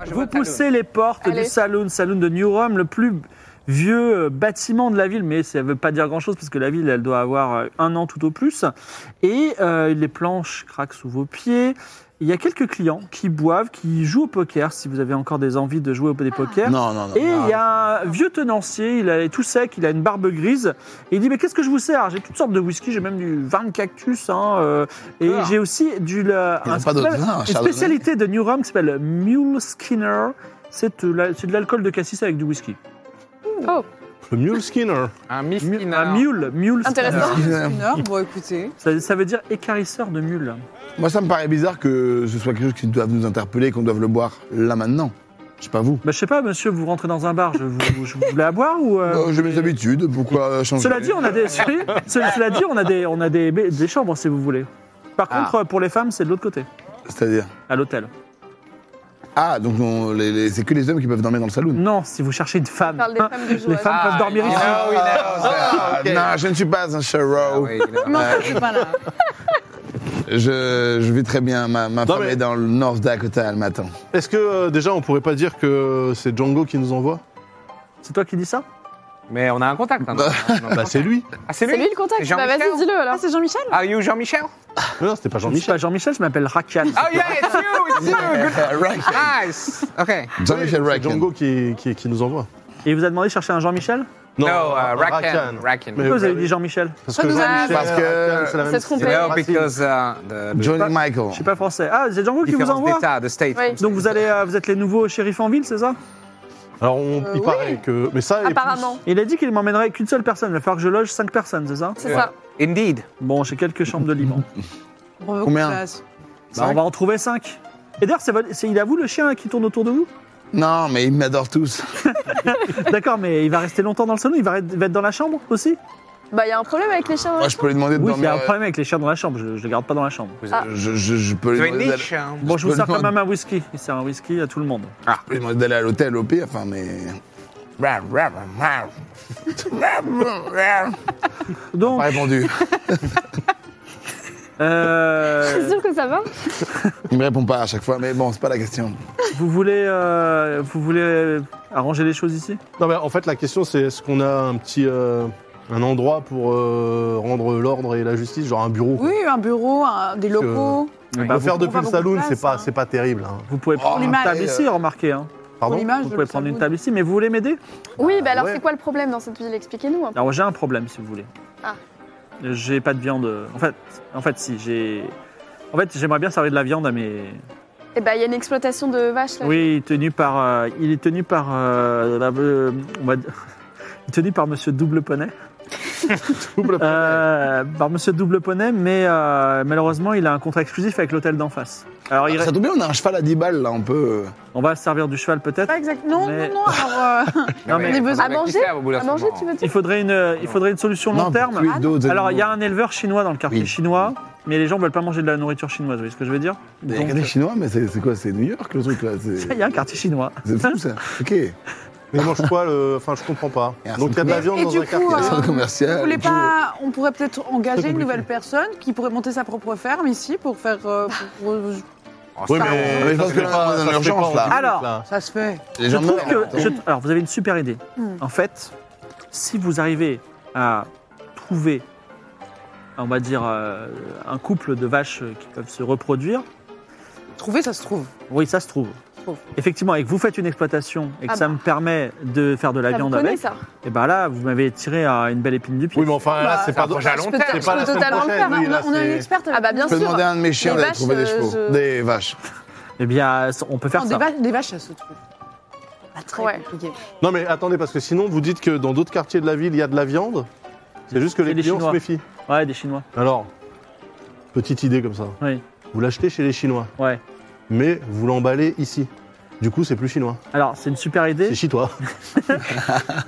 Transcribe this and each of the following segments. Ah, Vous poussez les portes Allez. du saloon, saloon de New Rome, le plus vieux euh, bâtiment de la ville, mais ça ne veut pas dire grand-chose parce que la ville, elle doit avoir euh, un an tout au plus. Et euh, les planches craquent sous vos pieds. Il y a quelques clients qui boivent, qui jouent au poker, si vous avez encore des envies de jouer au des poker. Non, non, non. Et non. il y a un vieux tenancier, il est tout sec, il a une barbe grise. Et il dit Mais qu'est-ce que je vous sers J'ai toutes sortes de whisky, j'ai même du vin de cactus. hein, euh, et Ah. j'ai aussi du. la- Ils un- n'ont pas d'autres vins, une Chardonnay. spécialité de New Rome qui s'appelle Mule Skinner. C'est de la- c'est de l'alcool de cassis avec du whisky. Le Mule Skinner. Un Mu- miskin. Un mule, mule Intéressant. Skinner. Excusez-moi. Une heure, bon écoutez. Ça, ça veut dire écarisseur de mule. Moi, ça me paraît bizarre que ce soit quelque chose qui doive nous interpeller, qu'on doive le boire là maintenant. Je sais pas vous. Bah, je sais pas, monsieur, vous rentrez dans un bar, je vous, je vous voulais à boire ou. euh, Euh, J'ai mes habitudes, pourquoi euh, changer Cela dit, on a des, cela- cela dit, on a des, on a des, des chambres si vous voulez. Par Ah. contre, pour les femmes, c'est de l'autre côté, C'est-à-dire à l'hôtel. Ah, donc on- les- les- c'est que les hommes qui peuvent dormir dans le saloon. Non, si vous cherchez une On femme. Hein parle des femmes du jour. Les femmes Ah, peuvent dormir il est ici. là. Ah oui, Ah, ok. Non, je ne suis pas un Ah showrow. oui, il est là. Non, Ah, ça, c'est pas là. je, je vis très bien. Ma, ma Non, femme mais- est dans le North Dakota, elle m'attend. Est-ce que euh, déjà on pourrait pas dire que c'est Django qui nous envoie C'est toi qui dis ça Mais on a un contact. hein, non Bah c'est lui. Ah, c'est C'est lui lui le contact. Jean Bah, vas-y, Michel dis-le alors. Ah, c'est Jean-Michel Are you Jean-Michel Mais non, c'était pas Je ne suis Jean-Michel. pas Jean-Michel, je m'appelle Rakian. Ah, Oh yeah, it's you, it's you. Good. Ah, Right. Nice. OK. Jean-Michel C'est Rackham. Django qui, qui, qui nous envoie. Et il vous a demandé de chercher un Jean-Michel No, euh, uh, Rakan. Rakan. Rakan. Mais- Pourquoi vous avez dit Jean-Michel Parce Ça Ah, que nous a- Jean-Michel, Parce que- Rackham, c'est la Ça même se trompait. No, racine. because uh, the, the Johnny Michael. Je suis pas français. Ah, c'est Django qui vous différence envoie d'état, the state. Oui. Donc vous, allez, euh, vous êtes les nouveaux shérifs en ville, c'est ça Alors on, Euh, il oui. paraît que. Mais ça. est plus- Apparemment, Il a dit qu'il m'emmènerait qu'une seule personne. Il va falloir que je loge cinq personnes, c'est ça c'est ça. Indeed. Bon, j'ai quelques chambres de libre. On veut Combien qu'on fasse. Bah, on va en trouver cinq. Et d'ailleurs, c'est votre- c'est- il a vous le chien qui tourne autour de vous Non, mais ils m'adorent tous. Ah. D'accord, mais il va rester longtemps dans le salon, il va, il va être dans la chambre aussi Bah, il y a un problème avec les chiens dans Moi, la je peux lui demander de Oui, il y dormir. a un euh, problème avec les chiens dans la chambre, je ne les garde pas dans la chambre. Vous Ah. avez- Je, je- je peux Vous lui avez une demander d'aller- niche. hein. Bon, je, vous peux sers quand demander- même un whisky. Et C'est un whisky à tout le monde. je peux lui demander d'aller à l'hôtel au pire, enfin, mais. Donc, Pas répondu. euh, C'est sûr que ça va Il me répond pas à chaque fois, mais bon, c'est pas la question. Vous voulez, euh, vous voulez arranger les choses ici Non mais en fait la question c'est est-ce qu'on a un petit euh, un endroit pour euh, rendre l'ordre et la justice, genre un bureau. quoi. Oui, un bureau, un- des Parce que- locaux. Eh Le ben, vous, faire on depuis va le beaucoup de saloon, place, c'est pas hein. c'est pas terrible. hein. vous pouvez prendre une l'image, table euh, ici, remarquez. hein. Pour Pardon. l'image Vous de pouvez le prendre une saloon. table ici, mais vous voulez m'aider Oui, bah alors ouais. c'est quoi le problème dans cette ville Expliquez-nous un peu. Alors j'ai un problème si vous voulez. Ah. J'ai pas de viande. En fait, en fait si, j'ai... En fait, j'aimerais bien servir de la viande à mes... Eh bah, il y a une exploitation de vaches là. Oui, tenu par... euh, il est tenu par... euh, la- euh, on va dire- il est tenu par Monsieur Double Poney. Double Euh, par Monsieur Double Poney, mais euh, malheureusement, il a un contrat exclusif avec l'hôtel d'en face. Alors, il Ah, Ça reste- tombe bien, on a un cheval à 10 balles là, on peut. euh, on va se servir du cheval peut-être. Pas exact. Non, Mais- non, non. Alors, euh, Non, mais- il y a À besoin de manger mystère au bout d'un À manger, moment. tu veux Il dire faudrait une, euh, il faudrait une solution long non, terme. Ah tuer d'autres Alors, animaux. il y a un éleveur chinois dans le quartier Oui. chinois, mais les gens veulent pas manger de la nourriture chinoise, vous voyez ce que je veux dire Il y a Donc, euh, que des Chinois, mais c'est c'est quoi C'est New York le truc là Il C'est y a un quartier Ah. chinois. c'est fou ça Ok. Mais mange quoi le Enfin je comprends pas. Et un Donc il y a de la Et- viande et dans du un coup, quartier. Un euh, centre vous commercial. voulez tout. pas, on pourrait peut-être engager une compliqué. nouvelle personne qui pourrait monter sa propre ferme ici pour faire. euh, pour- pour- Oui, ça, mais, mais je pense ça se que fait là, pas- on est dans ça se fait l'urgence, pas en là. dix minutes, Alors. ça se fait. Les Je gens trouve meurent. que- attends. je- alors, vous avez une super idée. Hmm. En fait, si vous arrivez à trouver, on va dire, euh, un couple de vaches qui peuvent se reproduire, Trouver, ça se trouve. oui, ça se trouve. Oh. Effectivement, et que vous faites une exploitation et que Ah ça bah. me permet de faire de la Ça vous viande connaît avec, ça et ben là, vous m'avez tiré à une belle épine du pied. Oui, mais enfin, là, Bah, c'est pas un projet à long Je peux terme. je pas peux la semaine totalement le prochaine, faire. oui. on, a, là, on a une c'est- experte. Ah bah bien Je peux sûr. demander à un de mes chiens Les d'aller trouver des vaches, euh, chevaux. je- Des vaches. Eh bien, on peut faire Non, des, ça. va- des vaches, ça se trouve. Pas très Ouais. compliqué. Non, mais attendez, parce que sinon, vous dites que dans d'autres quartiers de la ville, il y a de la viande. C'est juste que C'est les des clients Chinois. se méfient. Ouais, des Chinois. Alors, petite idée comme ça. Oui. Vous l'achetez chez les Chinois, Ouais. mais vous l'emballez ici. Du coup, c'est plus chinois, Alors, c'est une super idée, c'est chitois.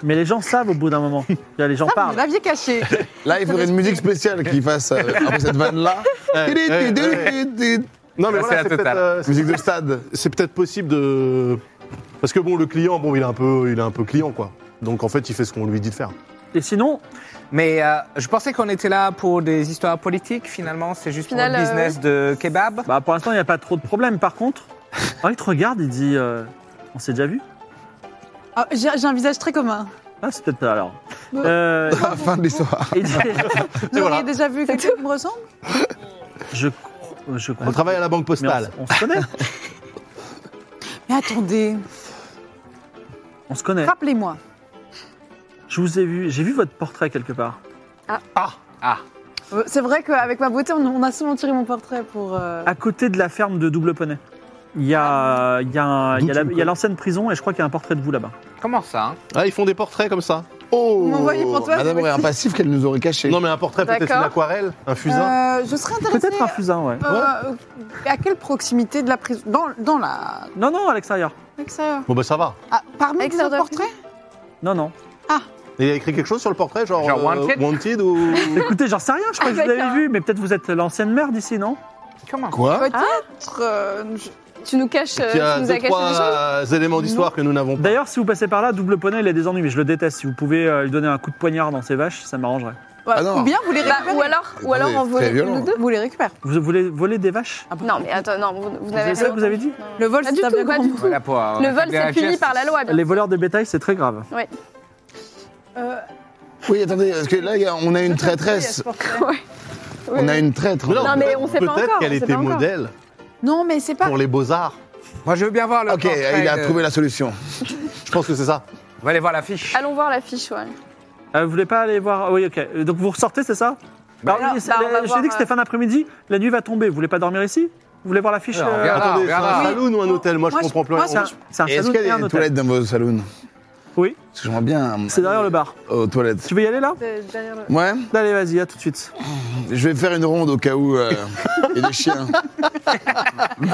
mais les gens savent au bout d'un moment. Les gens Ah, vous parlent. l'aviez caché. Là, il faudrait une musique spéciale qui fasse, euh, après cette vanne-là, Eh, eh, eh. Non, mais Là, voilà, c'est la c'est peut-être totale. euh, c'est- musique de stade. c'est peut-être possible de. Parce que bon, le client, bon, il est un peu, il est un peu client, quoi. Donc en fait, il fait ce qu'on lui dit de faire. Et sinon, Mais euh, je pensais qu'on était là pour des histoires politiques. Finalement, c'est juste Final, pour euh, le business de kebab. bah, pour l'instant, il n'y a pas trop de problème. Par contre, oh, il te regarde, il dit euh, On s'est déjà vu Ah, J'ai j'ai un visage très commun. Ah, c'est peut-être pas alors. Non. Euh, La fin de l'histoire. il dit, Vous auriez déjà vu quelqu'un qui me ressemble je, je crois. On travaille à la banque mais postale. on, on se connaît. Mais attendez, On se connaît. rappelez-moi. Je vous ai vu, j'ai vu votre portrait quelque part. Euh, C'est vrai qu'avec ma beauté, on, on a souvent tiré mon portrait pour. euh, À côté de la ferme de Double Poney. Il y a, il y a un- il y a la- il y a l'ancienne prison et je crois qu'il y a un portrait de vous là-bas. Comment ça hein Ah, ils font des portraits comme ça. Oh Vous m'envoyez pour toi, Madame c'est aurait un Maxime. passif qu'elle nous aurait caché. Non, mais un portrait, peut-être une D'accord. aquarelle, un fusain. euh, je serais intéressée. Peut-être un fusain, ouais. euh, À quelle proximité de la prison Dans, dans la. Non, non, à l'extérieur. Extérieur. Bon, bah ça va. Ah, parmi les Extérieur de la portraits Non, non. Et il y a écrit quelque chose sur le portrait, genre, euh, Genre wanted wanted ou. Écoutez, j'en sais rien, je crois que je vous Avec l'avais un- vu, mais peut-être vous êtes l'ancienne mère d'ici, non Comment Quoi Ah. Peut-être. euh, je- Tu nous caches, Il y euh, a tu nous as deux, caché des choses. trois éléments d'histoire que nous n'avons pas. D'ailleurs, si vous passez par là, double poney, il a des ennuis, mais je le déteste. Si vous pouvez euh, lui donner un coup de poignard dans ses vaches, ça m'arrangerait. ouais, Ah non. ou bien vous les Bah, récupérez. ou alors, ou alors Attendez, en c'est voler violent. une ou deux. Vous les récupérez. Vous voulez voler des vaches Ah bon. Non, mais attends, non, vous, vous C'est n'avez ça rien que vous avez dit entendu. Le vol, Ah, Pas c'est du un tout, bien pas grand du mot. tout. Voilà pour, euh, Le vol, rétablir c'est la puni justice. par la loi. bien Les voleurs de bétail, c'est très grave. Euh, Oui, attendez, parce que là, il y a- on a une traîtresse. sûr. Oui, On a oui. une traître. Mais Non, mais on sait pas encore, Peut-être on qu'elle sait était pas encore. modèle Non, mais c'est pas. pour les beaux-arts. Moi, je veux bien voir le Ok, portrait il a de- trouvé la solution. Je pense que c'est ça. On va aller voir l'affiche. Allons voir l'affiche, ouais. Euh, vous voulez pas aller voir Oui, ok. Euh, Donc vous ressortez, c'est ça Bah, Alors, non, c'est- bah, on va J'ai voir, dit que c'était euh, fin d'après-midi, la nuit va tomber. Vous voulez pas dormir ici Vous voulez voir l'affiche Alors, euh, regarde. Attendez, c'est regarde un là. saloon ou un hôtel Moi, je Moi, je- comprends moi, plus. c'est C'est un, c'est un Et Est-ce saloon qu'il et y a un des hôtel. toilettes dans vos saloons Oui. Parce que j'aimerais bien. C'est derrière le bar. Aux toilettes. Tu veux y aller là Derrière le- Ouais Allez, vas-y, à tout de suite. Je vais faire une ronde au cas où euh, il y a des chiens.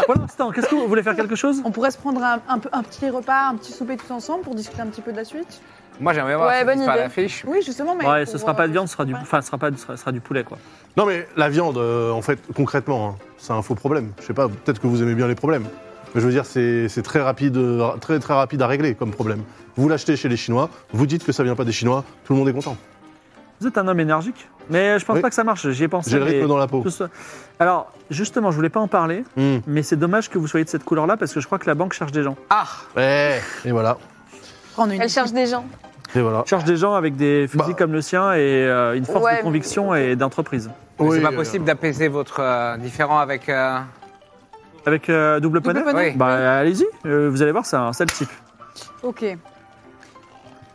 Pour l'instant, qu'est-ce que vous, vous voulez faire quelque chose On pourrait se prendre un, un peu- un petit repas, un petit souper tous ensemble pour discuter un petit peu de la suite. Moi, j'aimerais voir Ouais, ce qui se bonne passe à idée. l'affiche. Oui, justement, mais. Ouais, pour, ce sera pas euh, de viande, ce sera du, ouais. enfin, ce sera pas, ce sera, ce sera du poulet quoi. Non, mais la viande, euh, en fait, concrètement, hein, c'est un faux problème. Je sais pas, peut-être que vous aimez bien les problèmes. Mais je veux dire, c'est c'est très rapide, euh, très très rapide à régler comme problème. Vous l'achetez chez les Chinois, vous dites que ça vient pas des Chinois, tout le monde est content. Vous êtes un homme énergique, mais je pense Oui. pas que ça marche. J'y ai pensé. J'ai le mais- rythme dans la peau. tout ça- Alors, justement, je voulais pas en parler, Hmm. mais c'est dommage que vous soyez de cette couleur-là parce que je crois que la banque cherche des gens. Ah Ouais, et voilà, Prendre une. Elle cherche des gens. et voilà. Cherche des gens avec des fusils Bah. comme le sien et euh, une force Ouais, de mais- conviction et d'entreprise. mais Oui, C'est pas euh, possible d'apaiser votre euh, différend avec. euh, Avec euh, double poney Double poney. Bah allez-y, euh, vous allez voir, c'est un sale type. Ok.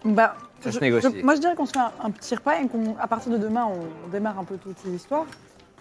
Bah, Ça se négocie. moi, je dirais qu'on se fait un, un petit repas et qu'à partir de demain, on, démarre un peu toutes ces histoires.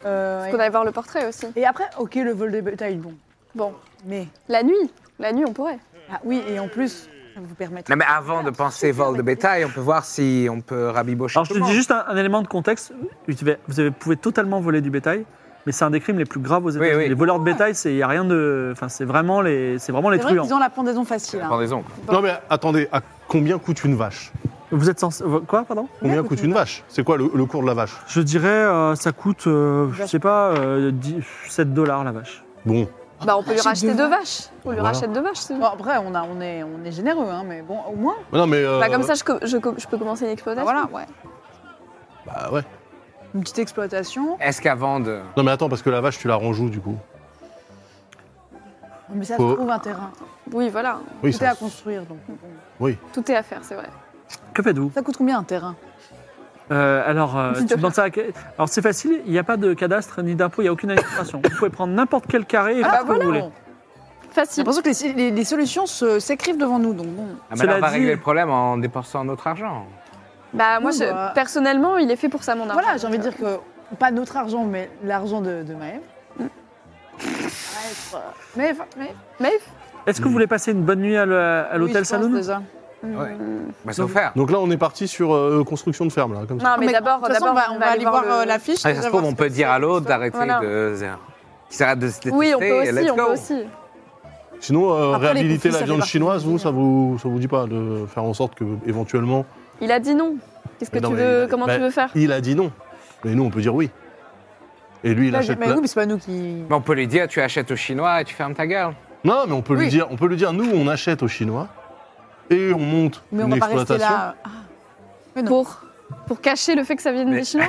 Euh, Qu'on et, aille voir le portrait aussi. et après, ok, le vol de bétail, bon. Bon, Mais. la nuit. La nuit, on pourrait. ah oui, et en plus, ça vous permettra. Non, mais avant de penser vol de bétail, on peut voir si on peut rabibocher. Alors je tout te le dis monde. juste un, un élément de contexte. Vous avez, vous avez- pouvez totalement voler du bétail, mais c'est un des crimes les plus graves aux États-Unis. oui. Les voleurs de Ouais. bétail, c'est y a rien de, enfin c'est vraiment les, c'est vraiment les C'est vrai truands. qu'ils ont la pendaison facile. hein. Pendaison, quoi. Non mais attendez, à combien coûte une vache Vous êtes sans, quoi, pardon Combien coûte une vache C'est quoi le, le cours de la vache Je dirais, euh, ça coûte, euh, je sais pas, euh, 10 7 dollars la vache. Bon, Bah, on peut lui Rachète racheter deux deux vaches. On lui Voilà. rachète deux vaches, c'est Bon, bon. après, on, a, on, est, on est généreux, hein, mais bon, au moins. non mais euh, Bah, comme ça, je, co- je co- je peux commencer une Ah, exploitation. voilà, ouais. bah ouais. Une petite exploitation. Est-ce qu'avant de. Ah, Non mais attends parce que la vache tu la renjoues du coup. Oh, Mais ça Faut- se trouve un terrain. Oui, voilà. Oui, Tout est à ça, construire, donc. bon. Tout est à faire, c'est vrai. Que faites-vous Ça coûte combien un terrain Euh, Alors, euh, Dix tu dollars. demandes ça à quel- Alors c'est facile, il n'y a pas de cadastre ni d'impôt, il n'y a aucune administration. vous pouvez prendre n'importe quel carré et Ah, faire ce bah que voilà. vous voulez. J'ai Facile. l'impression que les, les- les solutions se- s'écrivent devant nous, donc bon. Ah, mais là, Cela on va dit- régler le problème en dépensant notre argent. Bah, moi, Non, je- bah. personnellement, il est fait pour ça, mon argent. Mm. Voilà, j'ai envie de dire que pas notre argent, mais l'argent de, de Maëv. être. euh, Mais, mais Maeve Est-ce que vous voulez passer une bonne nuit à le- à l'hôtel oui, je pense Saloon déjà. Ouais. Hmm. Bah, c'est offert. Donc là, on est parti sur euh, construction de ferme, là, comme ça. Non, mais, de d'abord, toute façon, d'abord, on va, on va aller voir le- euh, l'affiche. Ah, ça se trouve, on peut dire à l'autre d'arrêter Voilà. de. Qui s'arrête de se détester. Oui, on peut et let's aussi, on go. peut aussi. Sinon, euh, Ah. Après, les réhabiliter conflits, ça la fait viande partie chinoise, des vous, conflits. ça vous, ça vous dit pas de faire en sorte que, éventuellement, Il a dit non. Qu'est-ce que Mais non, tu mais il veux a- Comment bah, tu veux faire il a dit non. Mais nous, on peut dire oui. Et lui, il Là, achète. mais la- oui, mais c'est pas nous qui. Mais on peut lui dire tu achètes aux Chinois et tu fermes ta gueule. Non, mais on peut lui Oui. dire, on peut lui dire, nous, on achète aux Chinois et on monte Mais on une va pas rester exploitation là. Ah, mais non. Pour pour cacher le fait que ça vienne Mais- des Chinois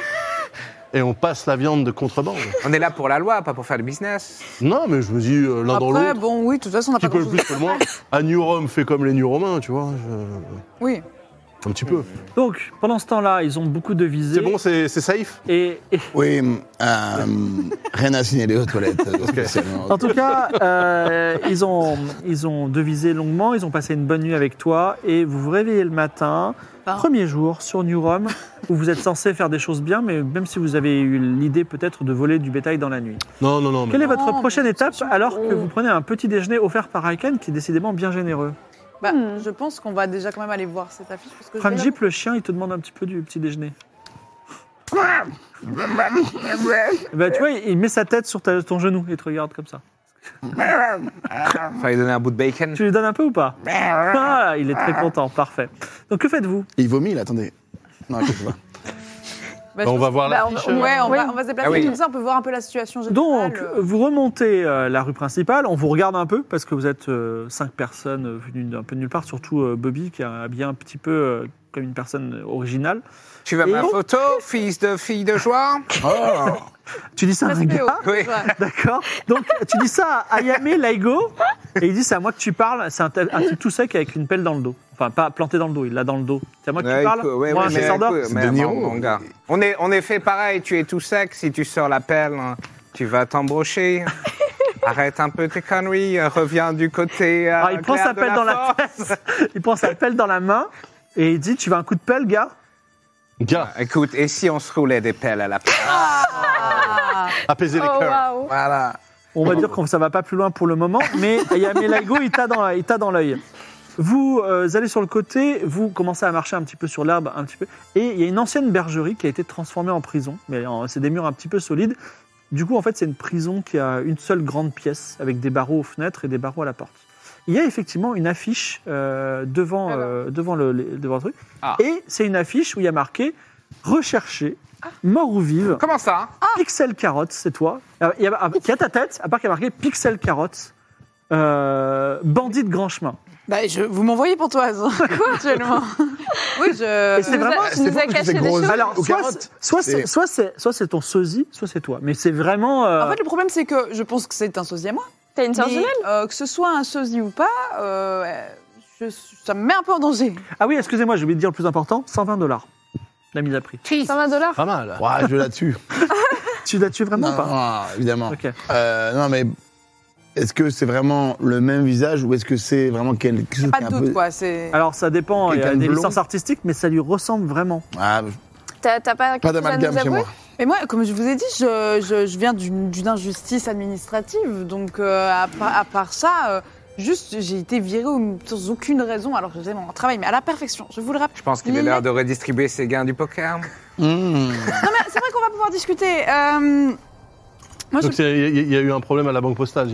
et on passe la viande de contrebande. On est là pour la loi, pas pour faire le business. non, mais je me dis euh, l'un dans Après, l'autre. bon, oui, de toute façon, on n'a Qui pas peut le grand-chose. plus, peut le moins. À New Rome, fait comme les New Romains, tu vois. je- Oui. Un petit peu. Donc, pendant ce temps-là, ils ont beaucoup de visées. C'est bon, c'est c'est safe Et, et- Oui, euh, rien à signaler aux toilettes. euh, spécialement. en tout cas, euh, ils, ont, ils ont devisé longuement, ils ont passé une bonne nuit avec toi, et vous vous réveillez le matin, Ah. premier jour sur New Rome, où vous êtes censé faire des choses bien, mais même si vous avez eu l'idée peut-être de voler du bétail dans la nuit. Non, non, non. Mais... Quelle est votre Non, mais prochaine étape alors que Oh. vous prenez un petit déjeuner offert par Aiken, qui est décidément bien généreux Bah, Hmm. Je pense qu'on va déjà quand même aller voir cette affiche. Parce que je vais Franjip, le chien, il te demande un petit peu du petit déjeuner. bah, tu vois, il met sa tête sur ta- ton genou et te regarde comme ça. Faut lui donner un bout de bacon. Tu lui donnes un peu ou pas Ah, il est très content, parfait. Donc que faites-vous Il vomit, là, attendez. Non, je sais pas. Bah, je on pense- va voir Bah, l'affiche. on- Ouais, on, Oui. va, on va se déplacer Ah oui. comme ça, on peut voir un peu la situation générale. Donc, euh, vous remontez euh, la rue principale, on vous regarde un peu parce que vous êtes euh, cinq personnes euh, venues d'un peu de nulle part, surtout euh, Bobby qui est habillé un petit peu euh, comme une personne originale. Tu veux ma Et- photo, fils de fille de joie Tu dis ça à un respect gars, au- Oui. ouais. d'accord Donc tu dis ça à Ayame Laigo et il dit c'est à moi que tu parles, c'est un, t- un type tout sec avec une pelle dans le dos. Enfin, pas planté dans le dos, il l'a dans le dos. C'est à moi que tu parles, ouais, moi ouais, un mais chasseur d'or. écoute, mais De Niro. mon- mon gars. On est, on est fait pareil, tu es tout sec, si tu sors la pelle, hein, tu vas t'embrocher. Arrête un peu tes conneries, euh, reviens du côté. euh, Ah, il prend clair sa de pelle dans la force. tête, il prend sa pelle dans la main et il dit tu veux un coup de pelle, gars Gars, Écoute, et si on se roulait des pelles à la pelle Ah. apaiser les Oh, cœurs. waouh Voilà. On va dire que ça va pas plus loin pour le moment, mais Ayame Laigo, il t'a dans, il t'a dans l'œil. Vous euh, allez sur le côté, vous commencez à marcher un petit peu sur l'herbe, un petit peu, et il y a une ancienne bergerie qui a été transformée en prison, mais en- c'est des murs un petit peu solides. Du coup, en fait, c'est une prison qui a une seule grande pièce avec des barreaux aux fenêtres et des barreaux à la porte. Il y a effectivement une affiche euh, devant, Ah bah. euh, devant, le, le- devant le truc, Ah. et c'est une affiche où il y a marqué Rechercher, mort ou vive, Comment ça Pixel Carotte, c'est toi. Euh, Il y a, ah, qui a ta tête, à part qu'il y a marqué Pixel Carotte, euh, bandit de grand chemin. Bah, je, vous m'envoyez pour toi, actuellement. oui, Et c'est je. euh, Tu nous vraiment- as- Tu nous as caché des choses. Alors, aux soit, carottes. soit c'est C'est- soit c'est- soit c'est ton sosie, soit c'est toi. Mais c'est vraiment. euh, En fait, le problème, c'est que je pense que c'est un sosie à moi. T'as une sœur Mais, jumelle euh, que ce soit un sosie ou pas, euh, euh, je- ça me met un peu en danger. Ah oui, excusez-moi, j'ai oublié de dire le plus important 120 dollars. La mise à prix. 120 dollars Hein Pas mal. Ouais, je la tue. Tu l'as tué vraiment Ah, non, ou pas non, évidemment. Ok. Euh, non, mais est-ce que c'est vraiment le même visage ou est-ce que c'est vraiment quelque chose Pas qui est de un doute, peu- quoi. C'est. Alors ça dépend, il y a Quelqu'un de des blond licences artistiques, mais ça lui ressemble vraiment. Ah, T'as t'as pas Pas quelque chose à d'amalgame nous chez avouer moi. Mais moi, comme je vous ai dit, je, je- je viens d'une d'une injustice administrative. Donc, euh, à, par- à part ça, euh, juste, j'ai été virée au- sans aucune raison. Alors, je faisais mon travail, mais à la perfection. Je vous le rappelle. Je pense qu'il est Lilette. l'heure de redistribuer ses gains du poker. Mmh. Non, mais c'est vrai qu'on va pouvoir discuter. Euh, moi, je. Donc, c'est- il y, a- il y a eu un problème à la banque postale.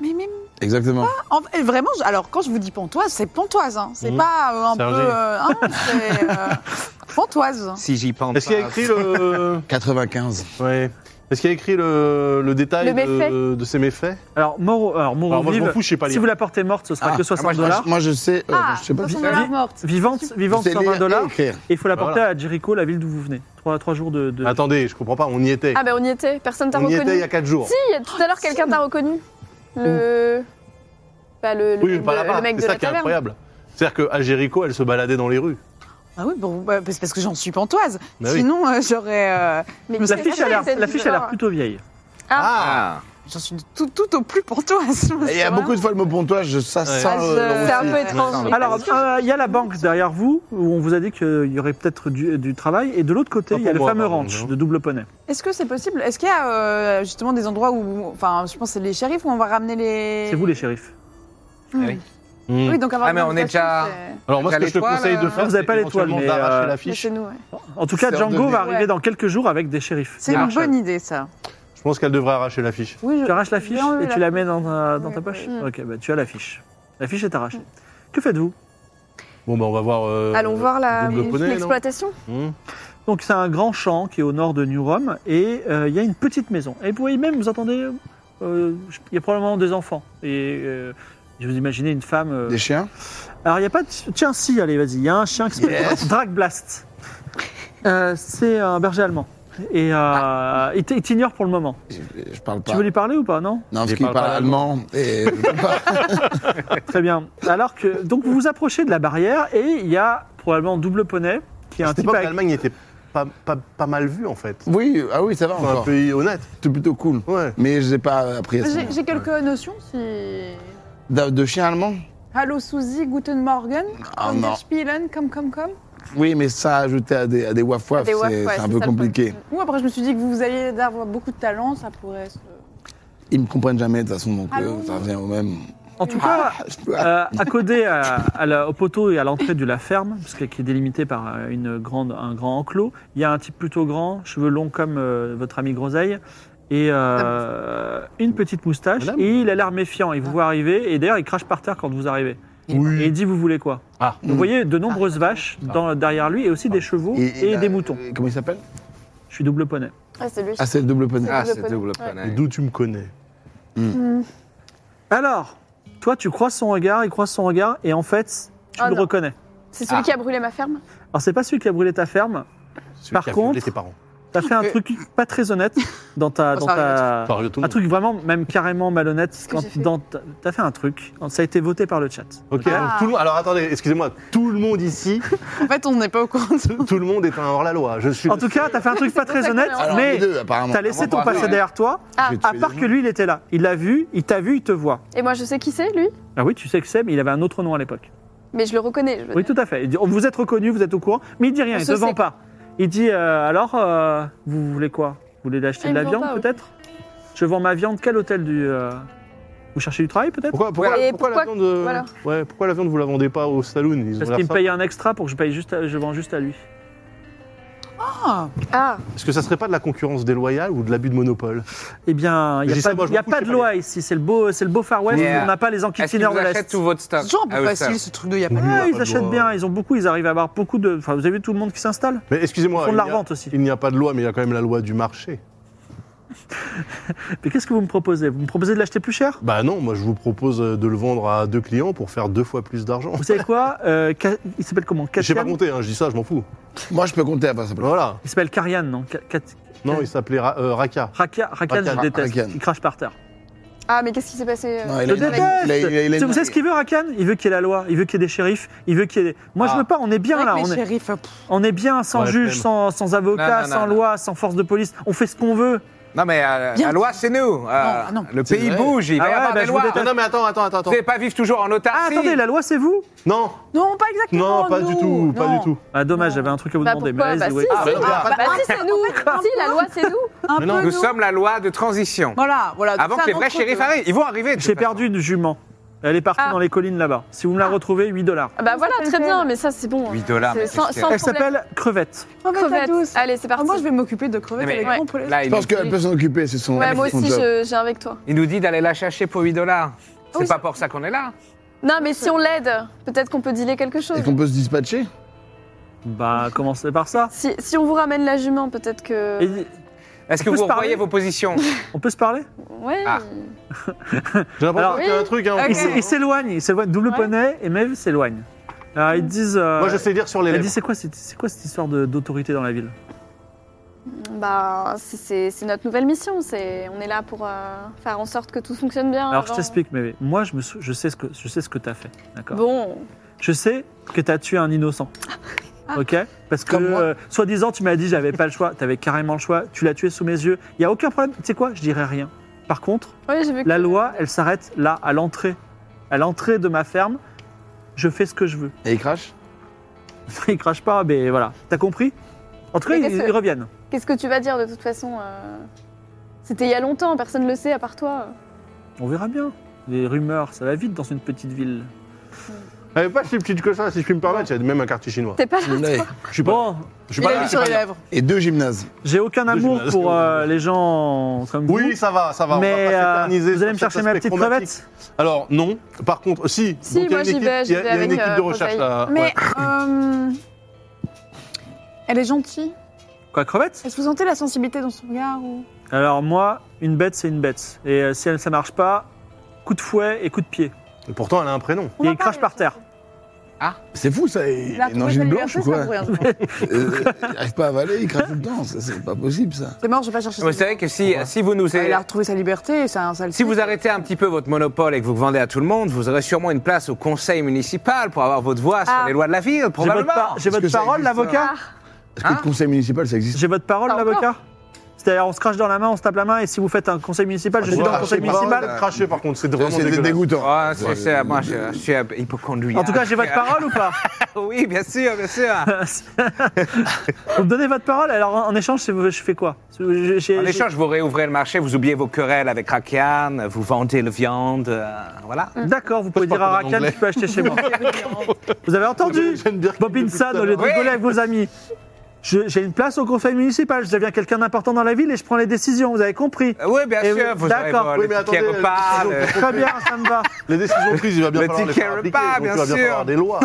Mais, mais Exactement. Ah. en- et vraiment, je- alors, quand je vous dis pantoise, c'est pantoise. Hein. C'est Mmh. Mhm. pas euh, un peu. Sergi. euh, hein, c'est. euh, pantoise. Si j'y pense. Est-ce qu'il y a pas. écrit le. 95. Ouais. Est-ce qu'il y a écrit le, le détail Le méfait. de, de ces méfaits Alors, mort, alors, mort Alors, ou moi, je vive, m'en fous, je sais pas si lire. vous la portez morte, ce sera Ah, que moi, 60 je- dollars. Moi, je sais. euh, Ah, je sais pas si. 60 Je dollars morte. Vivante, vivante sais 120 lire dollars. et écrire. Et il faut la porter Voilà. à Bah, Jericho, la ville d'où vous venez. Trois, trois jours de. de- Attendez, je comprends pas, on y était. Ah ben on y était, personne t'a on y était il y reconnu. a 4 jours. Si, il y a tout à l'heure quelqu'un t'a reconnu. Le. Bah, le, le oui, mec mais pas de, là-bas. le mec C'est de ça la qui est taverne. incroyable. C'est-à-dire qu'à Jéricho, elle se baladait dans les rues. Ah oui, bon, bah, c'est parce que j'en suis pantoise. Bah oui. Sinon, euh, j'aurais. euh, Mais L'affiche a l'air- l'affiche a l'air plutôt vieille. Ah, Ah, J'en suis tout, tout au plus pour toi. Il y a beaucoup de fois le mot pontoise, ça euh, sent. Ah, je- le- le C'est un roussi. peu étrange. Ça sent le- Alors, euh, il y a la banque derrière vous, où on vous a dit qu'il y aurait peut-être du, du travail. Et de l'autre côté, Pas il y a pour le moi, hein. fameux pardon, ranch non. de double poney. Est-ce que c'est possible Est-ce qu'il y a euh, justement des endroits où, enfin, je pense que c'est les shérifs où on va ramener les. C'est vous les shérifs. Hmm. Oui, donc avoir Ah, mais une on est déjà- invitation, Alors moi, ce T'as que je te l'étoile, conseille de euh, faire, Vous avez c'est pas l'étoile, éventuellement mais, d'arracher euh, Mais l'affiche. C'est nous, ouais. En tout cas, C'est Django ordonné. va arriver Ouais. dans quelques jours avec des shérifs. C'est Ah, une Charles. bonne idée ça. Je pense qu'elle devrait arracher l'affiche. Oui, je- Tu arraches l'affiche Bien, oui, et tu la mets dans ta, dans ta Oui, poche oui. Ok, bah, tu as l'affiche. L'affiche est arrachée. Que faites-vous Bon, bah, on va voir. euh, Allons voir la- Double poney, non l'exploitation. Hmm. Donc, c'est un grand champ qui est au nord de New Rome et euh, il y a une petite maison. Et vous voyez même, vous entendez, euh, je- il y a probablement des enfants. Et euh, je vous imaginez une femme. euh, Des chiens Alors, il n'y a pas de. Tiens, si, allez, vas-y. Il y a un chien qui s'appelle Dragblast. Euh, c'est un berger allemand. Et euh, il t- il t'ignore pour le moment. je, je parle pas. Tu veux lui parler ou pas, non Non, parce Il qu'il parle parle, pas allemand. Et je peux pas. Très bien. Alors que. Donc, vous vous approchez de la barrière et il y a probablement double poney qui est un C'était type pas que avec- l'Allemagne était pas, pas, pas mal vue, en fait. Oui, ah oui, ça va Enfin, un encore. pays honnête. C'est plutôt cool. Ouais. Mais je n'ai pas appris à ça. J'ai j'ai quelques notions si. De, de chiens allemands Hallo Suzy, guten Morgen, Ah, Oh, An der non. Spielen, comme comme comme. Oui, mais ça ajouté à des, à des waf waf, Des c'est waf, c'est ouais, un c'est peu ça le problème. compliqué. Ou après je me suis dit que vous, vous alliez d'avoir beaucoup de talent, ça pourrait se. Ils me comprennent jamais de toute façon, donc euh, Allons. Ah. ça revient au même. Ah, En tout cas, Je peux- euh, accoudé à, à la- au poteau et à l'entrée de la ferme, parce que- qui est délimitée par euh, une grande, un grand enclos, il y a un type plutôt grand, cheveux longs comme euh, votre ami Groseille, et euh, une petite moustache, Madame et il a l'air méfiant. Il vous voit arriver, et d'ailleurs, il crache par terre quand vous arrivez. Et il dit Vous voulez quoi Ah. Vous voyez de nombreuses vaches dans- derrière lui, et aussi des chevaux et, il a- des moutons. Ah, euh, Comment il s'appelle Je suis double poney. Ah, c'est lui. Ah, c'est le double poney. C'est Ah, double c'était poney. double Ouais. Et poney. d'où tu me connais Alors, toi, tu croises son regard, il croise son regard, et en fait, tu Ah le non. reconnais. C'est celui Ah. qui a brûlé ma ferme. Alors, c'est pas celui qui a brûlé ta ferme, Celui Par qui a violé contre- tes parents. T'as fait un Euh. truc pas très honnête dans ta. Oh, dans ça ta... arrive, Par tout le Un monde. truc vraiment, même carrément malhonnête. que quand- j'ai fait dans ta- T'as fait un truc, ça a été voté par le chat. Ok, Ah. donc tout le monde- Alors attendez, excusez-moi, tout le monde ici, En fait, on n'est pas au courant. De... tout, tout le monde est un hors-la-loi. Je suis. En tout cas, t'as fait un truc pas pour ça très qu'on honnête, est ensemble. Alors, les mais deux, apparemment. t'as laissé ton passé derrière toi, Ah. J'ai tué à des part gens. que lui, il était là. Il l'a vu, il t'a vu, il te voit. Et moi, je sais qui c'est, lui. Ah oui, tu sais que c'est, mais il avait un autre nom à l'époque. Mais je le reconnais. je veux Oui, dire. tout à fait. Il dit, oh, Vous êtes reconnu, vous êtes au courant, mais il dit rien, On il se te vend Bah, sait. pas. Il dit euh, Alors, euh, vous voulez quoi Vous voulez acheter Il de la me vend viande, pas, oui. peut-être Je vends ma viande, quel hôtel du. euh, Vous cherchez du travail, peut-être Pourquoi, pourquoi, Et pourquoi la pourquoi- viande, euh, voilà. ouais, pourquoi la viande vous la vendez pas au saloon Ils ont Parce l'air qu'il me sympas. paye un extra pour que je paye juste, à- je vends juste à lui. Ah, Ah, Est-ce que ça serait pas de la concurrence déloyale ou de l'abus de monopole Eh bien, il Je n'y dis a, pas, ça, moi, je y a m'en fous, pas je de sais pas loi ici. C'est le beau, c'est le beau Far West. Mais, On n'a pas les Est-ce qu'ils enquêteurs vous de achètent l'Est. tout votre stock c'est toujours un à peu eux facile seuls ce truc de y a pas. Oui. Ah, on n'a ils pas le achètent droit. bien. Ils ont beaucoup. Ils arrivent à avoir beaucoup de. Enfin, vous avez vu tout le monde qui s'installe. Mais Ils excusez-moi, font de il la y a- revente aussi. il n'y a pas de loi, mais il y a quand même la loi du marché. Mais qu'est-ce que vous me proposez Vous me proposez de l'acheter plus cher Bah non, moi je vous propose euh, de le vendre à deux clients pour faire deux fois plus d'argent. Vous savez quoi Euh, Ka- Il s'appelle comment J'ai pas Katian compté, hein, je dis ça, je m'en fous. Moi, je peux compter à part ça. Voilà. Il s'appelle Karian, non Ka- Kat- Non, il s'appelait Ra- euh, Raka. Raka- Rakan, Rakan, je déteste. Rakan. Il crache par terre. ah, mais qu'est-ce qui s'est passé euh, Non, il Je a une- déteste il a- il a- il a une- Vous savez ce qu'il veut, Rakan Il veut qu'il y ait la loi. Il veut qu'il y ait des shérifs. Il veut qu'il y ait. des- Moi, je Ah. veux pas. On est bien là. Avec On les est, shérifs, euh, pff, on est bien sans Ouais, juge, flemme. sans, sans avocat, Non, non, sans non, loi, sans force de police. On fait ce qu'on veut. Non, mais euh, Bien. la loi, c'est nous. Euh, ah non. Le C'est pays vrai. bouge, il Ah va y ouais, avoir bah, des je vous lois. déteste. Non, non, mais attends, attends, attends. Vous attends. n'allez pas vivre toujours en Ah, autarcie. attendez, la loi, c'est vous Non, Non, pas exactement. non, pas du nous, tout, pas non. du tout. Ah dommage, j'avais un truc à vous Bah demander. pourquoi mais Ah, Bah allez-y, si, ouais. Ah, bah, non, Bah, bah, si, c'est nous. si, la loi, c'est nous. Ah, Un Mais non, peu, Nous non. sommes la loi de transition. Voilà, voilà. Avant ça, que les un vrais autre shérifs truc. hein. arrivent, ils vont arriver. de J'ai toute façon. perdu une jument. Elle est partie Ah. dans les collines là-bas. Si vous me la retrouvez, 8 dollars. Ah, Bah voilà, s'appelle très bien, quelle mais ça, c'est bon. Huit dollars, C'est mais Sans, qu'est-ce sans Elle problème. s'appelle Crevette. Crevette à douce. Crevette. Allez, c'est Ah, parti. Moi, je vais m'occuper de crevettes Mais- avec Ouais. mon poulet. Là, Je il pense nous, qu'elle peut s'en occuper, c'est son. Ouais, moi son aussi, job. je- j'ai avec toi. il nous dit d'aller la chercher pour 8 dollars. C'est oui, pas pour ça qu'on est là. Non, mais si on l'aide, peut-être qu'on peut dealer quelque chose. Est-ce qu'on peut se dispatcher Bah, commencez par ça. Si, si on vous ramène la jument, peut-être que. Et- Est-ce que On peut vous se parler revoyez vos positions on peut se parler Ouais. Ah. J'ai l'impression Alors, qu'il y a un truc. hein. Ok. Ils s- Ils s'éloignent, ils s'éloignent. Double Ouais. poney et Maeve s'éloignent. Alors, ils disent. euh, hein. Moi, je sais lire sur les Elle dit lèvres. c'est quoi, cette- c'est quoi cette histoire de- d'autorité dans la ville Bah, c'est- c'est c'est notre nouvelle mission. C'est on est là pour euh, faire en sorte que tout fonctionne bien. Alors je avant- t'explique, Maeve. Moi je, me sou- je sais ce que je sais ce que t'as fait, d'accord. Bon, Je sais que t'as tué un innocent, Ah. ok Parce que Comme moi. euh, soi-disant tu m'as dit j'avais pas le choix, t'avais carrément le choix. Tu l'as tué sous mes yeux. Il y a aucun problème. Tu sais quoi Je dirais rien. Par contre, Oui, j'ai vu que- la loi, elle s'arrête là, à l'entrée. À l'entrée de ma ferme, je fais ce que je veux. Et il crache Ils crachent pas, mais voilà. T'as compris En tout cas, Mais ils, qu'est-ce que- ils reviennent. Qu'est-ce que tu vas dire de toute façon euh, C'était il y a longtemps, personne ne le sait à part toi. On verra bien. Les rumeurs, ça va vite dans une petite ville. Elle est pas si petite que ça, si je puis me permettre, il y a même un quartier chinois. T'es pas là. Je suis pas, Bon, je suis Il pas a là. mis je suis sur pas les là. lèvres. Et deux gymnases. j'ai aucun Deux amour gymnases. pour euh, les gens comme Oui, vous. ça va, ça va. on va mais pas euh, s'éterniser vous sur allez me cet chercher ma aspect petite chromatique. crevette Alors non, par contre, si. Si, Donc, il y a moi, une j'y équipe- vais, j'y il y a- Il vais y a avec, une équipe euh, de recherche Rosalie. là. Mais ouais. euh, elle est gentille. Quoi, crevette Est-ce que vous sentez la sensibilité dans son regard ou... Alors moi, une bête, c'est une bête. Et euh, si elle, ça marche pas, coup de fouet et coup de pied. Et pourtant, elle a un prénom. On et va il crache par parler, terre. C'est fou ça. Il La a une angine blanche liberté, ou ça quoi vous rien. Euh, Il arrive pas à avaler, il crache tout le temps. ça, C'est pas possible ça. C'est mort, je vais pas chercher. Vous ça. savez que si, si vous nous... Ah, Il a retrouvé sa liberté, c'est un sale. Si vous type. arrêtez un petit peu votre monopole et que vous vendez à tout le monde, vous aurez sûrement une place au conseil municipal pour avoir votre voix sur Ah. les lois de la ville, J'ai votre, probablement. par- j'ai Est-ce votre que ça parole, existe, ça l'avocat Est-ce que Hein le conseil municipal ça existe J'ai votre parole, Pas encore. l'avocat C'est-à-dire, on se crache dans la main, on se tape la main, et si vous faites un conseil municipal, je Ah, suis Ouais, dans le cracher conseil par- municipal. Cracher, par contre, c'est Ça, vraiment C'est dégueulasse. Ah. dégoûtant. Oh, c'est, c'est- moi, je, je suis un hypochondriac. En tout cas, j'ai votre parole ou pas Oui, bien sûr, bien sûr. Vous me donnez votre parole, alors en, en échange, c'est- je fais quoi Je- j'ai- En échange, vous réouvrez le marché, vous oubliez vos querelles avec Rakian, vous vendez le viande, euh, voilà. Hein. D'accord, vous pouvez Passe dire pas à pour Rakan l'anglais. que je peux acheter chez moi. vous avez entendu J'aime bien que- Bob Insan, au lieu de Oui. rigoler avec vos amis. Je- J'ai une place au conseil municipal, je deviens quelqu'un d'important dans la ville et je prends les décisions, vous avez compris Euh, Oui, bien Et sûr, vous vous- aurez d'accord. vos- Oui, le mais ticket attendez, repas, euh, le- Très bien, ça me va. Les décisions prises, il va bien Le falloir les ticket faire appliquer. repas, donc il va bien bien sûr. falloir des lois.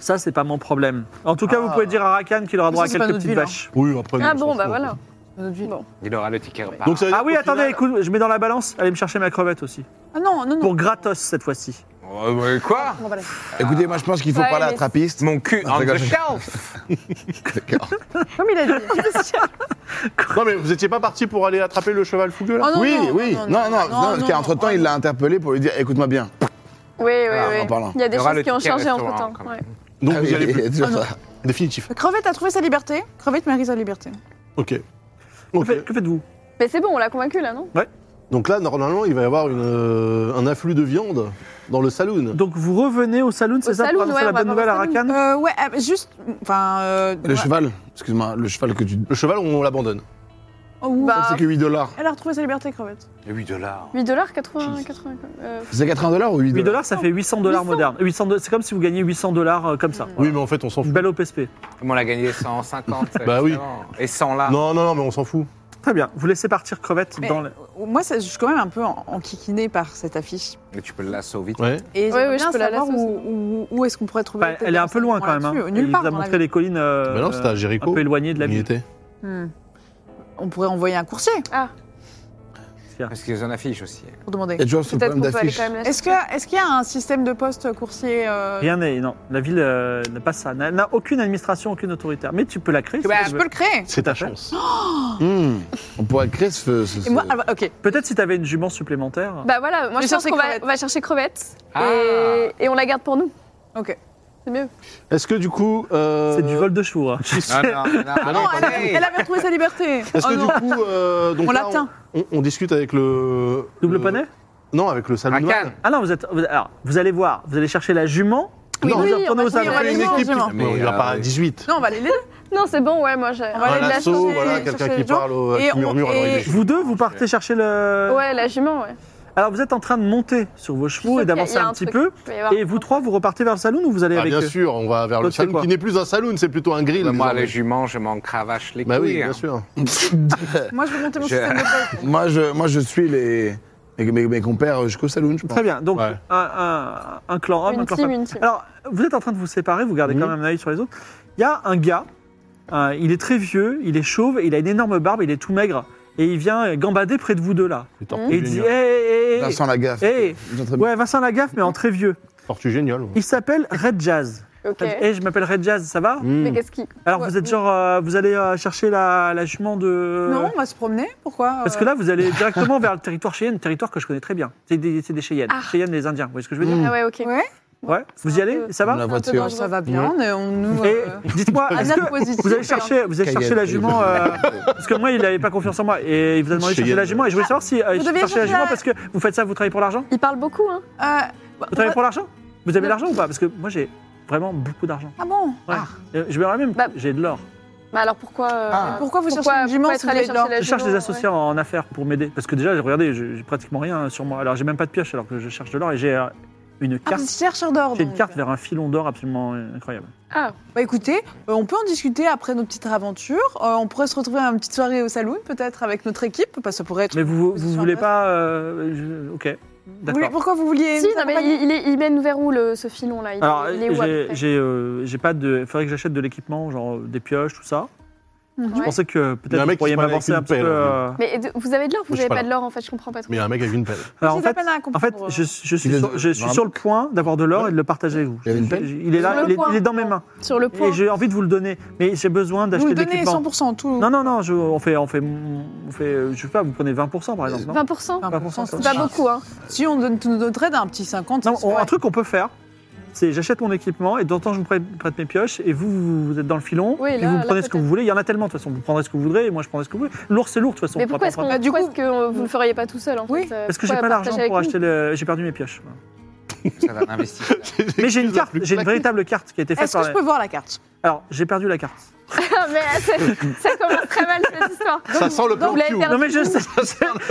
Ça, c'est pas mon problème. En tout cas, vous Ah. pouvez dire à Rakan qu'il aura droit à Ça, c'est pas quelques notre petites ville, hein. vaches. Oui, après. Ah nous, bon, on s'en bah fout. voilà. Dans notre ville. Bon. Il aura le ticket repas. Donc, ça veut dire Ah oui, qu'au attendez, final- écoute, je mets dans la balance, allez me chercher ma crevette aussi. Ah non, non, non. Pour gratos cette fois-ci. Oh, mais quoi On va la- Écoutez, moi je pense qu'il faut Ouais, parler à mais- Trappiste. Mon cul Ah, on the d'accord. shelf D'accord. Comme il a dit. Non, mais vous étiez pas parti pour aller attraper le cheval fougueux là Oh non, oui, non, oui. Non, non, non, parce qu'entre-temps, non. il l'a interpellé pour lui dire écoute-moi bien. Oui, oui, Ah, en oui. parlant. Il y a des Il y aura choses le qui ont ticket changé entre restaurant, temps. quand même. Donc Ah vous oui, y allez il y plus. a toujours Ah non. ça. Définitif. Crevette a trouvé sa liberté. Crevette mérite sa liberté. Ok. Que Ok. fait- Que faites-vous Mais c'est bon, on l'a convaincu là, non Donc là, normalement, il va y avoir une, euh, un afflux de viande dans le saloon. Donc vous revenez au saloon, c'est ça saloon, pour annoncer ouais, la on va bonne voir nouvelle à au saloon. Rakan Euh, ouais, ah, mais juste. Enfin. Euh, Le ouais. cheval, excuse-moi, le cheval que tu. Le cheval, on l'abandonne. Oh, ouh. Bah. C'est que 8 dollars. Elle a retrouvé sa liberté, Crevette. Eh 8 dollars. 8 dollars 80, 80 euh, C'est 80 dollars ou 8 8 dollars dollars, ça fait 800 dollars 800. modernes. 800 de- C'est comme si vous gagnez 800 dollars euh, comme ça. Oui, mais en fait, on s'en Une fout. belle OPSP. Comment on a gagné 150 Bah oui. justement. Et 100 là. Non, non, non, mais on s'en fout. Très bien, vous laissez partir Crevette Mais- euh, dans le... Moi, ça- je suis quand même un peu en- enquiquinée par cette affiche. Mais tu peux le lasso vite. Ouais. Et Ouais, j'aimerais ouais, je bien peux la savoir laisser où, où- où est-ce qu'on pourrait trouver. Enfin, elle est un peu loin quand même. là-dessus. Hein. Nulle Il part. vous a dans la montré ville. les collines euh, Bah non, c'était à un Jéricho. peu éloignées de la On y ville. était. Hmm. On pourrait envoyer un coursier Parce qu'ils en affichent aussi. pour demander. Il y a toujours ce Peut-être problème qu'on peut aller d'affiche. quand même la Est-ce que- est-ce qu'il y a un système de poste coursier euh, Rien n'est. Non, la ville euh, n'a pas ça. N'a n'a aucune administration, aucune autorité. Mais tu peux la créer. si Bah, tu je veux. peux le créer. C'est Tout à ta fait. chance. Hmm. On pourrait créer ce. ce- ce- Et moi, ah bah, ok. Peut-être si tu avais une jument supplémentaire. Bah voilà, moi Mais je pense chercher qu'on va, crevette. on va chercher crevette Ah. et, et on la garde pour nous. Ok. C'est mieux. Est-ce que du coup. euh, Bah, C'est du vol de chevaux. hein. Non, non, non, Bah Ah non, non, elle, a- attendez. elle avait retrouvé sa liberté. Est-ce Oh que non. du coup. euh, donc On là, l'atteint. On, on discute avec le. Double le- poney Non, avec le saloon. Rakan. Ah non, vous êtes. vous- alors, vous allez voir, vous allez chercher la jument. Oui, vous oui, retournez on va au chercher salon. Il y la a une jument. équipe. Non, Mais il n'y a mais, pas euh, 18. Non, on va les laaider. Non, c'est bon, ouais, moi j'ai... On va un aller la assaut, chercher, voilà, chercher quelqu'un les qui gens. parle, au- euh, Et qui murmure à on- l'oreille et- des Vous deux, vous partez chercher le. Ouais, la jument, ouais. Alors vous êtes en train de monter sur vos chevaux Il y a- et d'avancer il y a un, un petit truc. peu. Il va y avoir- Et vous trois, vous repartez vers le saloon ou vous allez Ah, avec bien eux sûr, on va vers le Toi, c'est saloon quoi qui n'est plus un saloon, c'est plutôt un grill. bah, Moi, les désormais. juments, je m'en cravache les Bah oui, couilles. bien hein. sûr. Moi, je vais monter mon Je- système de poste. Moi, je, moi, je suis les. Mes, mes- mes compères euh, jusqu'au saloon, je pense. Très bien. Donc Ouais. un, un- un clan homme, un Une clan team, femme. une team. Alors vous êtes en train de vous séparer, vous gardez quand Oui. même un œil sur les autres. Il y a un gars, euh, il est très vieux, il est chauve, il a une énorme barbe, il est tout maigre. Et il vient gambader près de vous deux là. C'est Et il dit Tortugéniol. Hé, hé, hé, hé. Vincent Lagaffe. Eh. Ils sont très- Ouais, Vincent Lagaffe, mais en très vieux. Tortugéniol. Il s'appelle Red Jazz. Ok. Eh, je m'appelle Red Jazz, ça va Hmm. Mais qu'est-ce qui... Alors Ouais. vous êtes genre, euh, vous allez euh, chercher la, la jument de... Non, on va se promener. Pourquoi euh, Parce que là, vous allez directement vers le territoire Cheyenne, territoire que je connais très bien. C'est des, c'est des Cheyennes. Ah. Cheyennes, les Indiens, vous voyez ce que je veux dire Ah ouais, ok. Ouais. Ouais, vous y allez Ça On va la Un peu voiture. dangereux, ça va bien, on, est- on nous. Et euh, dites-moi, est-ce Anal que positif, vous avez hein. cherché, vous avez cherché Cayenne. la jument euh, Parce que moi, il n'avait pas confiance en moi et il vous a demandé de chercher Cheyenne. la jument. Et je voulais savoir si euh, Vous deviez chercher la chercher jument la- parce que vous faites ça, vous travaillez pour l'argent Il parle beaucoup, hein. euh, bah, Vous travaillez on pour l'argent Vous avez Non. l'argent ou pas Parce que moi, j'ai vraiment beaucoup d'argent. va- Ah bon Ouais. Euh, Je vais même, Bah- j'ai de l'or. Bah alors pourquoi euh, Mais pourquoi vous cherchez une jument si pourquoi être vous allé avez de l'or chercher la Je cherche jument, des associés en en affaires pour m'aider. Parce que déjà, regardez, j'ai j'ai pratiquement rien sur moi. Alors, j'ai même pas de pioche alors que je cherche de l'or et j'ai euh, une Ah, vous carte. êtes chercheur d'or. J'ai une donc. carte vers un filon d'or absolument euh, incroyable. ouais. Ah, Bah écoutez, euh, on peut en discuter après nos petites aventures. Euh, on pourrait se retrouver à une petite soirée au saloon, peut-être avec notre équipe, parce que ça pourrait être. Mais vous, vous Position voulez intéressante. pas. euh, je- ok, Vous voulez- d'accord. pourquoi vous vouliez si, nous non, mais accompagner il, il est- il mène vers où le, ce filon là il, Alors, il est où à peu j'ai- près j'ai euh, j'ai pas de. Il faudrait que j'achète de l'équipement, genre euh, des pioches, tout ça. Je Mhm. Ouais. pensais que Il y a peut-être un vous mec qui pourriez se balade m'avancer un avec petit une peu. pelle, euh, Mais de- vous avez de l'or Vous Je suis n'avez pas pas là. de l'or en fait, je comprends pas trop. Mais un mec avec une pelle. Alors, J'ai en de la fait, peine à en fait, euh, comprendre. je, je suis, Il a- sur, je suis sur le point d'avoir de l'or et de le partager avec vous. Il avait une Je- pelle il est là, Sur le il est, point. il est dans mes mains. Sur le point. Et j'ai envie de vous le donner, mais j'ai besoin Vous d'acheter le de donnez l'équipement. 100% tout. Non, non, non, je- on fait, on fait, on fait, euh, je sais pas, vous prenez 20% par exemple, non 20%, 20%, c'est pas beaucoup, hein. Si on donne tout notre aide, un petit 50. Non, ça on- serait- un truc qu'on peut faire, c'est j'achète mon équipement et de temps en temps je vous prête, prête mes pioches et vous, vous, vous êtes dans le filon Oui, et là, vous là, prenez ce que vous peut-être. voulez. Il y en a tellement de toute façon, vous prendrez ce que vous voudrez et moi je prendrai ce que vous voulez. L'ours c'est lourd de toute façon. Mais on pourra pourquoi pas est-ce qu'on prendre- Bah, du pourquoi coup- est-ce que vous le feriez pas tout seul en Oui, fait euh, Parce que j'ai pourquoi pas partager l'argent avec pour nous acheter le. J'ai perdu mes pioches. voilà. Ça va Bah, investir. Mais j'ai une carte, j'ai une véritable carte qui a été faite Est-ce que par. je peux voir la carte Alors j'ai perdu la carte. Ah, mais ah, c'est- ça commence très mal cette histoire. Ça sent le Donc, plan vous l'avez cul. perdu. Non mais je sais,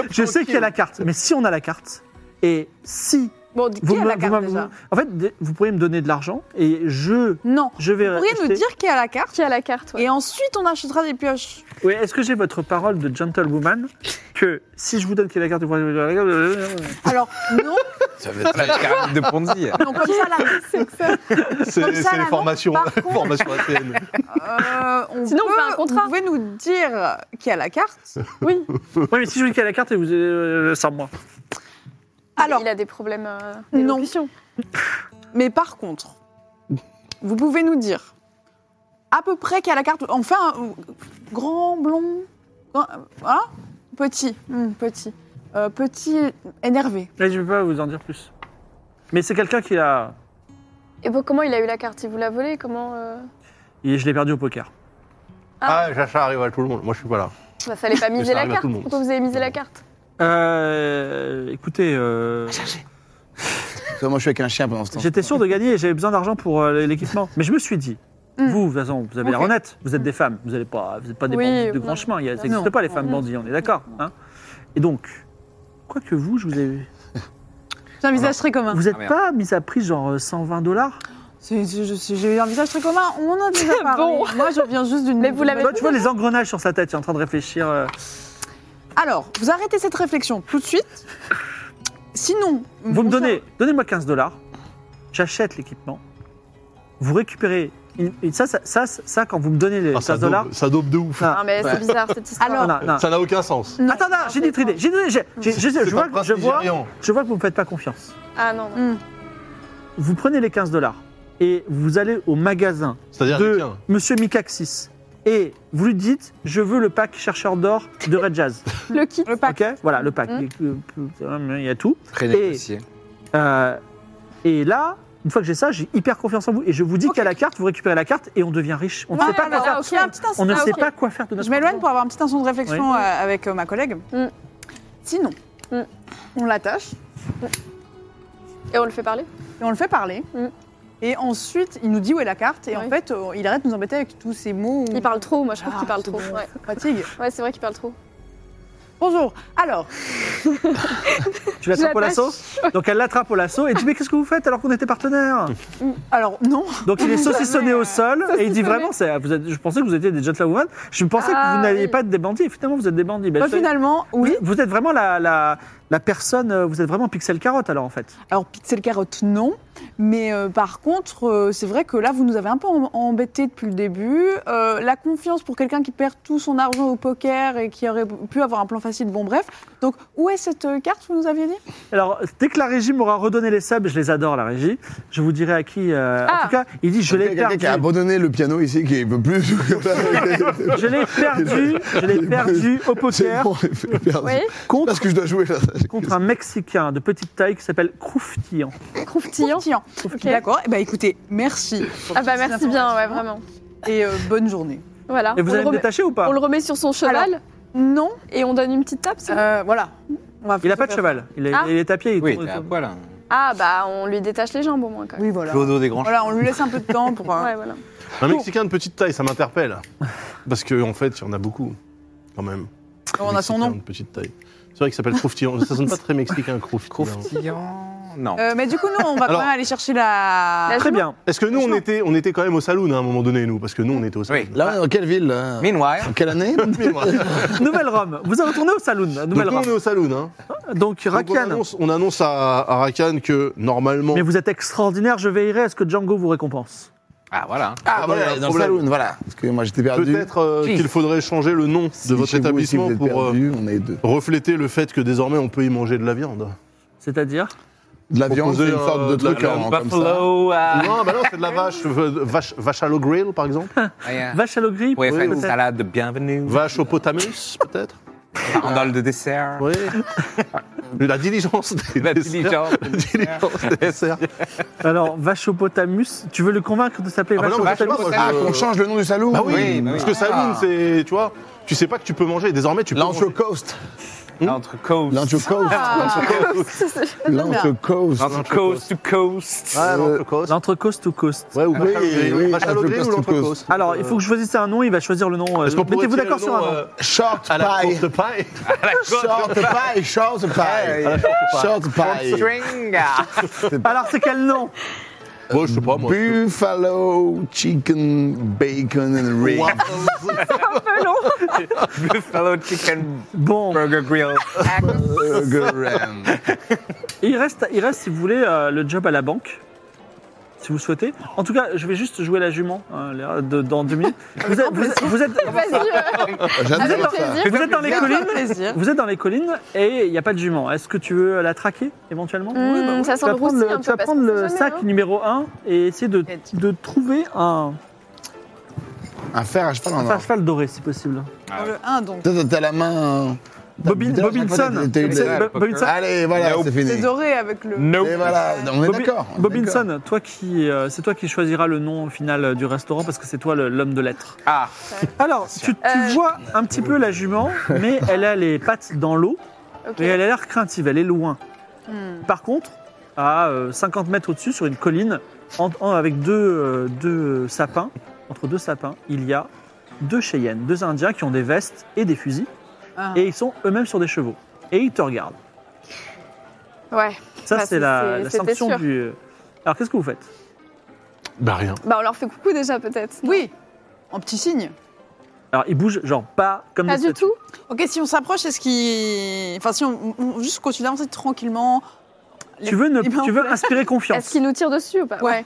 je sais qu'il y a la carte. Mais si on a la carte et si Bon, qui vous a me- la vous carte me- déjà en fait vous pourriez me donner de l'argent et je Non. je vais. Vous pourriez nous acheter- dire qui a la carte Qui a la carte ouais. et ensuite on achètera des pioches. Oui, est-ce que j'ai votre parole de gentlewoman que si je vous donne quelle est la carte de Alors non, Ça va être La pyramide de Ponzi. non comme ça là, C'est Comme ça, c'est les là, formations, par contre- formations ATN. euh, on Sinon, on peut- fait un contrat. Vous pouvez nous dire qui a la carte Oui. Oui, mais si je vous dis quelle est la carte, et vous euh, sans moi. Alors il a des problèmes euh, Non. d'élocution. Mais par contre, vous pouvez nous dire à peu près qu'à la carte. On fait un grand blond, grand- hein petit, hum, petit, Euh, petit énervé. Mais je ne peux pas vous en dire plus. Mais c'est quelqu'un qui a. Et bon, comment il a eu la carte Il vous l'a volée Comment euh... et Je l'ai perdu au poker. Ah, Jacha arrive à tout le monde. Moi, je suis pas là. bah, fallait pas miser la arrive à carte. tout le monde. Pourquoi vous avez misé la carte Euh, écoutez, Ah, euh, Ça, moi, je suis avec un chien pendant ce temps. j'étais sûr de gagner et j'avais besoin d'argent pour euh, l'équipement. Mais je me suis dit, Mm. vous, de toute façon, vous avez l'air Ok. honnête, vous êtes des femmes, vous n'êtes pas, vous êtes pas des Hmm. Oui, bandits de non. grand chemin, il y a- ça Non. n'existe pas les femmes bandits, on est d'accord. hein et donc, quoi que vous, je vous ai. J'envisage très commun. Vous n'êtes Ah, merde. pas mis à prix genre 120 dollars C'est- je- je- J'ai un visage très commun. On en a déjà parlé. Bon. Moi, je viens juste d'une. Mais vous l'avez- Toi, Bah, tu vois les engrenages sur sa tête, tu es en train de réfléchir. euh, Alors, vous arrêtez cette réflexion tout de suite. Sinon, Vous me on donnez, donnez-moi 15 dollars, j'achète l'équipement, vous récupérez. une- une- ça, ça, ça, ça, quand vous me donnez les Ah, 15 ça, dollars. daube, ça daube de ouf. Ah, Ah, mais Ouais. c'est bizarre cette histoire. Alors- non, non. Ça n'a aucun sens. Non. Attends, attends, j'ai une autre idée. J'ai une autre idée, j'ai- j'ai- j'ai- je, C'est pas vois, le prince je, vois, nigérian. je vois que vous ne me faites pas confiance. Ah non, non. Hum. Vous prenez les 15 dollars et vous allez au magasin C'est-à-dire, de tiens, Monsieur Mikaxis et vous lui dites Je veux le pack chercheur d'or de Red Jazz. Le kit. Le pack. ok Voilà, le pack. Il y a tout. très négocié. Euh, et là, une fois que j'ai ça, j'ai hyper confiance en vous. Et je vous dis Ok. qu'à la carte, vous récurez la carte et on devient riche. On ne Ouais, sait pas alors, quoi faire. je fais un petit instant- On ne ah, sait ok. pas quoi faire de notre Je m'éloigne argent. pour avoir un petit instant de réflexion euh, avec euh, ma collègue. Mm. Sinon, Mm. on l'attache Et on le fait parler et on le fait parler. Mm. Et ensuite, il nous dit où est la carte. Et en Oui. fait, euh, il arrête de nous embêter avec tous ces mots. Il parle trop, moi je trouve Ah, qu'il parle c'est trop. bon. Ouais, Fatigue. ouais c'est vrai qu'il parle trop. Bonjour. Alors, Tu l'attrapes au J'attache. lasso Donc elle l'attrape au lasso et dit Mais qu'est-ce que vous faites alors qu'on était partenaires alors non. Donc il est saucissonné au euh, sol et il dit Vraiment, c'est- vous êtes- je pensais que vous étiez des gentlewomen. Je pensais que Ah, vous n'alliez oui. pas être des bandits. Finalement, vous êtes des bandits. Ben, Bah, je- finalement, oui. vous, vous êtes vraiment la, la, la personne, euh, vous êtes vraiment pixel carotte alors en fait. Alors, pixel carotte, non. Mais euh, par contre, euh, c'est vrai que là, vous nous avez un peu em- embêtés depuis le début. Euh, la confiance pour quelqu'un qui perd tout son argent au poker et qui aurait pu avoir un plan facile, bon, bref. Donc, où est cette euh, carte, vous nous aviez dit Alors, dès que la régie m'aura redonné les subs, je les adore, la régie, je vous dirai à qui. euh, Ah. En tout cas, il dit Je Il y l'ai a quelqu'un perdu. qui a abandonné le piano ici, qui ne peut plus. Je l'ai perdu, je l'ai perdu au C'est poker bon, il fait perdre. Oui, Parce contre, que je dois jouer là. contre un Mexicain de petite taille qui s'appelle Crouftillant. croustillant. Tiens. D'accord. Eh ben, écoutez, merci. pour Ah bah toutes ces merci bien, ouais, informations. vraiment. Et euh, bonne journée. Voilà. Et vous Ah, on, le allez me remet, détacher ou pas on le remet sur son cheval Non, et on donne une petite tape. sinon euh, voilà. On va Il n'a plutôt pas de faire- cheval, il est, Ah. il est à pied. Il Oui, tourne- t'es à tourne. poil. hein. Ah bah on lui détache les jambes au moins quand même. Oui, voilà. Clodo des grands Voilà, on lui laisse un peu de temps pour. euh, Ouais, voilà. Un Mexicain de petite taille, ça m'interpelle. Parce que en fait, il y en a beaucoup, quand même. On a son Mexicains nom. De petite taille. C'est vrai qu'il s'appelle Crouftillant. ça sonne pas très mexicain, hein. Crouftillant. Croustillant. Non. Euh, mais du coup, nous, on va Alors- quand même aller chercher la. La- Très bien. Est-ce que nous, on était, on était quand même au saloon hein, à un moment donné, nous Parce que nous, on était au saloon. Oui. Là, on est dans quelle ville là Meanwhile, En quelle année Nouvelle-Rome. Vous êtes retourné au saloon, à Donc, nous, on est Nouvelle-Rome. au saloon. Hein. Donc, Donc, on, Rakan. annonce, on annonce à, à Rakan que normalement. Mais vous êtes extraordinaire, je veillerai à ce que Django vous récompense. ah voilà. Ah, voilà, voilà, le dans le problème. saloon, voilà. Parce que moi, j'étais perdu. Peut-être euh, Jeez. qu'il faudrait changer le nom Si de votre chez vous aussi, établissement vous êtes pour euh, perdu, on est deux. refléter le fait que désormais, on peut y manger de la viande. C'est-à-dire De la viande, c'est proposer, une sorte de euh, de la truc en- comme ça. Buffalo. ah. Non, bah non, c'est de la vache, euh, vache, vache à l'eau grill, par exemple. Rien. Vache à l'eau grille euh, Vous pouvez faire une peut-être. salade de bienvenue. Vache au potamus, peut-être. Pendant de dessert. Oui. la diligence des La desserts. diligence. La diligence des desserts. Alors, Vachopotamus, tu veux le convaincre de s'appeler Ah bah non, Vachopotamus Ah, Vachopotamus. Euh, qu'on change le nom du Mmh. saloon Bah oui, Oui, bah oui. parce que saloon, c'est, tu vois, tu sais pas que tu peux manger, et désormais tu peux manger. L'Entrecoast. Entre coast. Ah, L'Entrecoast. L'Entrecoast. Entre coast to coast. Ah, Euh, l'entrecôte. L'entrecôte ou coast Ouais, ou oui, vache à l'eau grillée. oui, Vache à l'eau grillée ou l'entrecôte, l'entrecôte Alors, il faut que je choisisse un nom, il va choisir le nom. euh, euh, Est-ce qu'on pourrait Mettez-vous tirer d'accord le sur nom, un nom. euh, Short à la pie. courte paille Short pie. Short pie. Paille. Short pie. String. euh, Alors, c'est quel nom Bon, je sais pas, moi. Buffalo chicken bacon and rib. Buffalo chicken Bon, burger grill. Burger and- Et il reste, il reste, si vous voulez, euh, le job à la banque. Si vous souhaitez. En tout cas, je vais juste jouer la jument hein, les- de- dans deux minutes. Vous êtes, vous êtes, vous êtes- Vas-y, euh, Ah, avec J'adore ça. plaisir. vous êtes dans les Avec collines. plaisir. Vous êtes dans les collines et il n'y a pas de jument. Est-ce que tu veux la traquer éventuellement Mmh, Oui, bah oui. ça Tu sent vas le prendre roussi un le, peu, tu vas parce prendre qu'on le sait jamais, sac hein. numéro 1 et essayer de, Tête. de trouver un, Un fer à cheval en enfin, un or. cheval doré si possible. Dans le 1, donc. T'as- t'as- T'as la main. euh, t'as- Bobine- t'as- Bobinson. t'as- t'as- t'as- C'est- là, Bo- le poker. Bobinson, Allez, voilà, c'est C'est fini. doré avec le. Mm. Et voilà, on est Bobi- d'accord. on est d'accord. Bobinson, toi qui, euh, c'est toi qui choisiras le nom final euh, du restaurant parce que c'est toi le- l'homme de lettres. Ah. Alors, tu, tu Euh, vois un petit peu la jument, mais elle a les pattes dans l'eau Ok. et elle a l'air craintive, elle est loin. Hmm. Par contre, à euh, 50 mètres au-dessus, sur une colline, en- en- avec deux, euh, deux sapins, entre deux sapins, il y a deux Cheyennes, deux Indiens qui ont des vestes et des fusils Ah. et ils sont eux-mêmes sur des chevaux et ils te regardent. Ouais. Ça, Bah, c'est c'est- la, c'est- la c'était sanction sûr. du. euh, Alors, qu'est-ce que vous faites Bah rien. Bah on leur fait coucou déjà peut-être. non Oui, en petit signe. Alors, ils bougent, genre, pas comme Pas des du statues. tout. Ok, si on s'approche, est-ce qu'il. Enfin, si on, on- juste continue d'avancer tranquillement. Tu veux, ne- Eh ben, tu veux inspirer Est-ce confiance. qu'ils nous tirent dessus Euh, ou pas Ouais.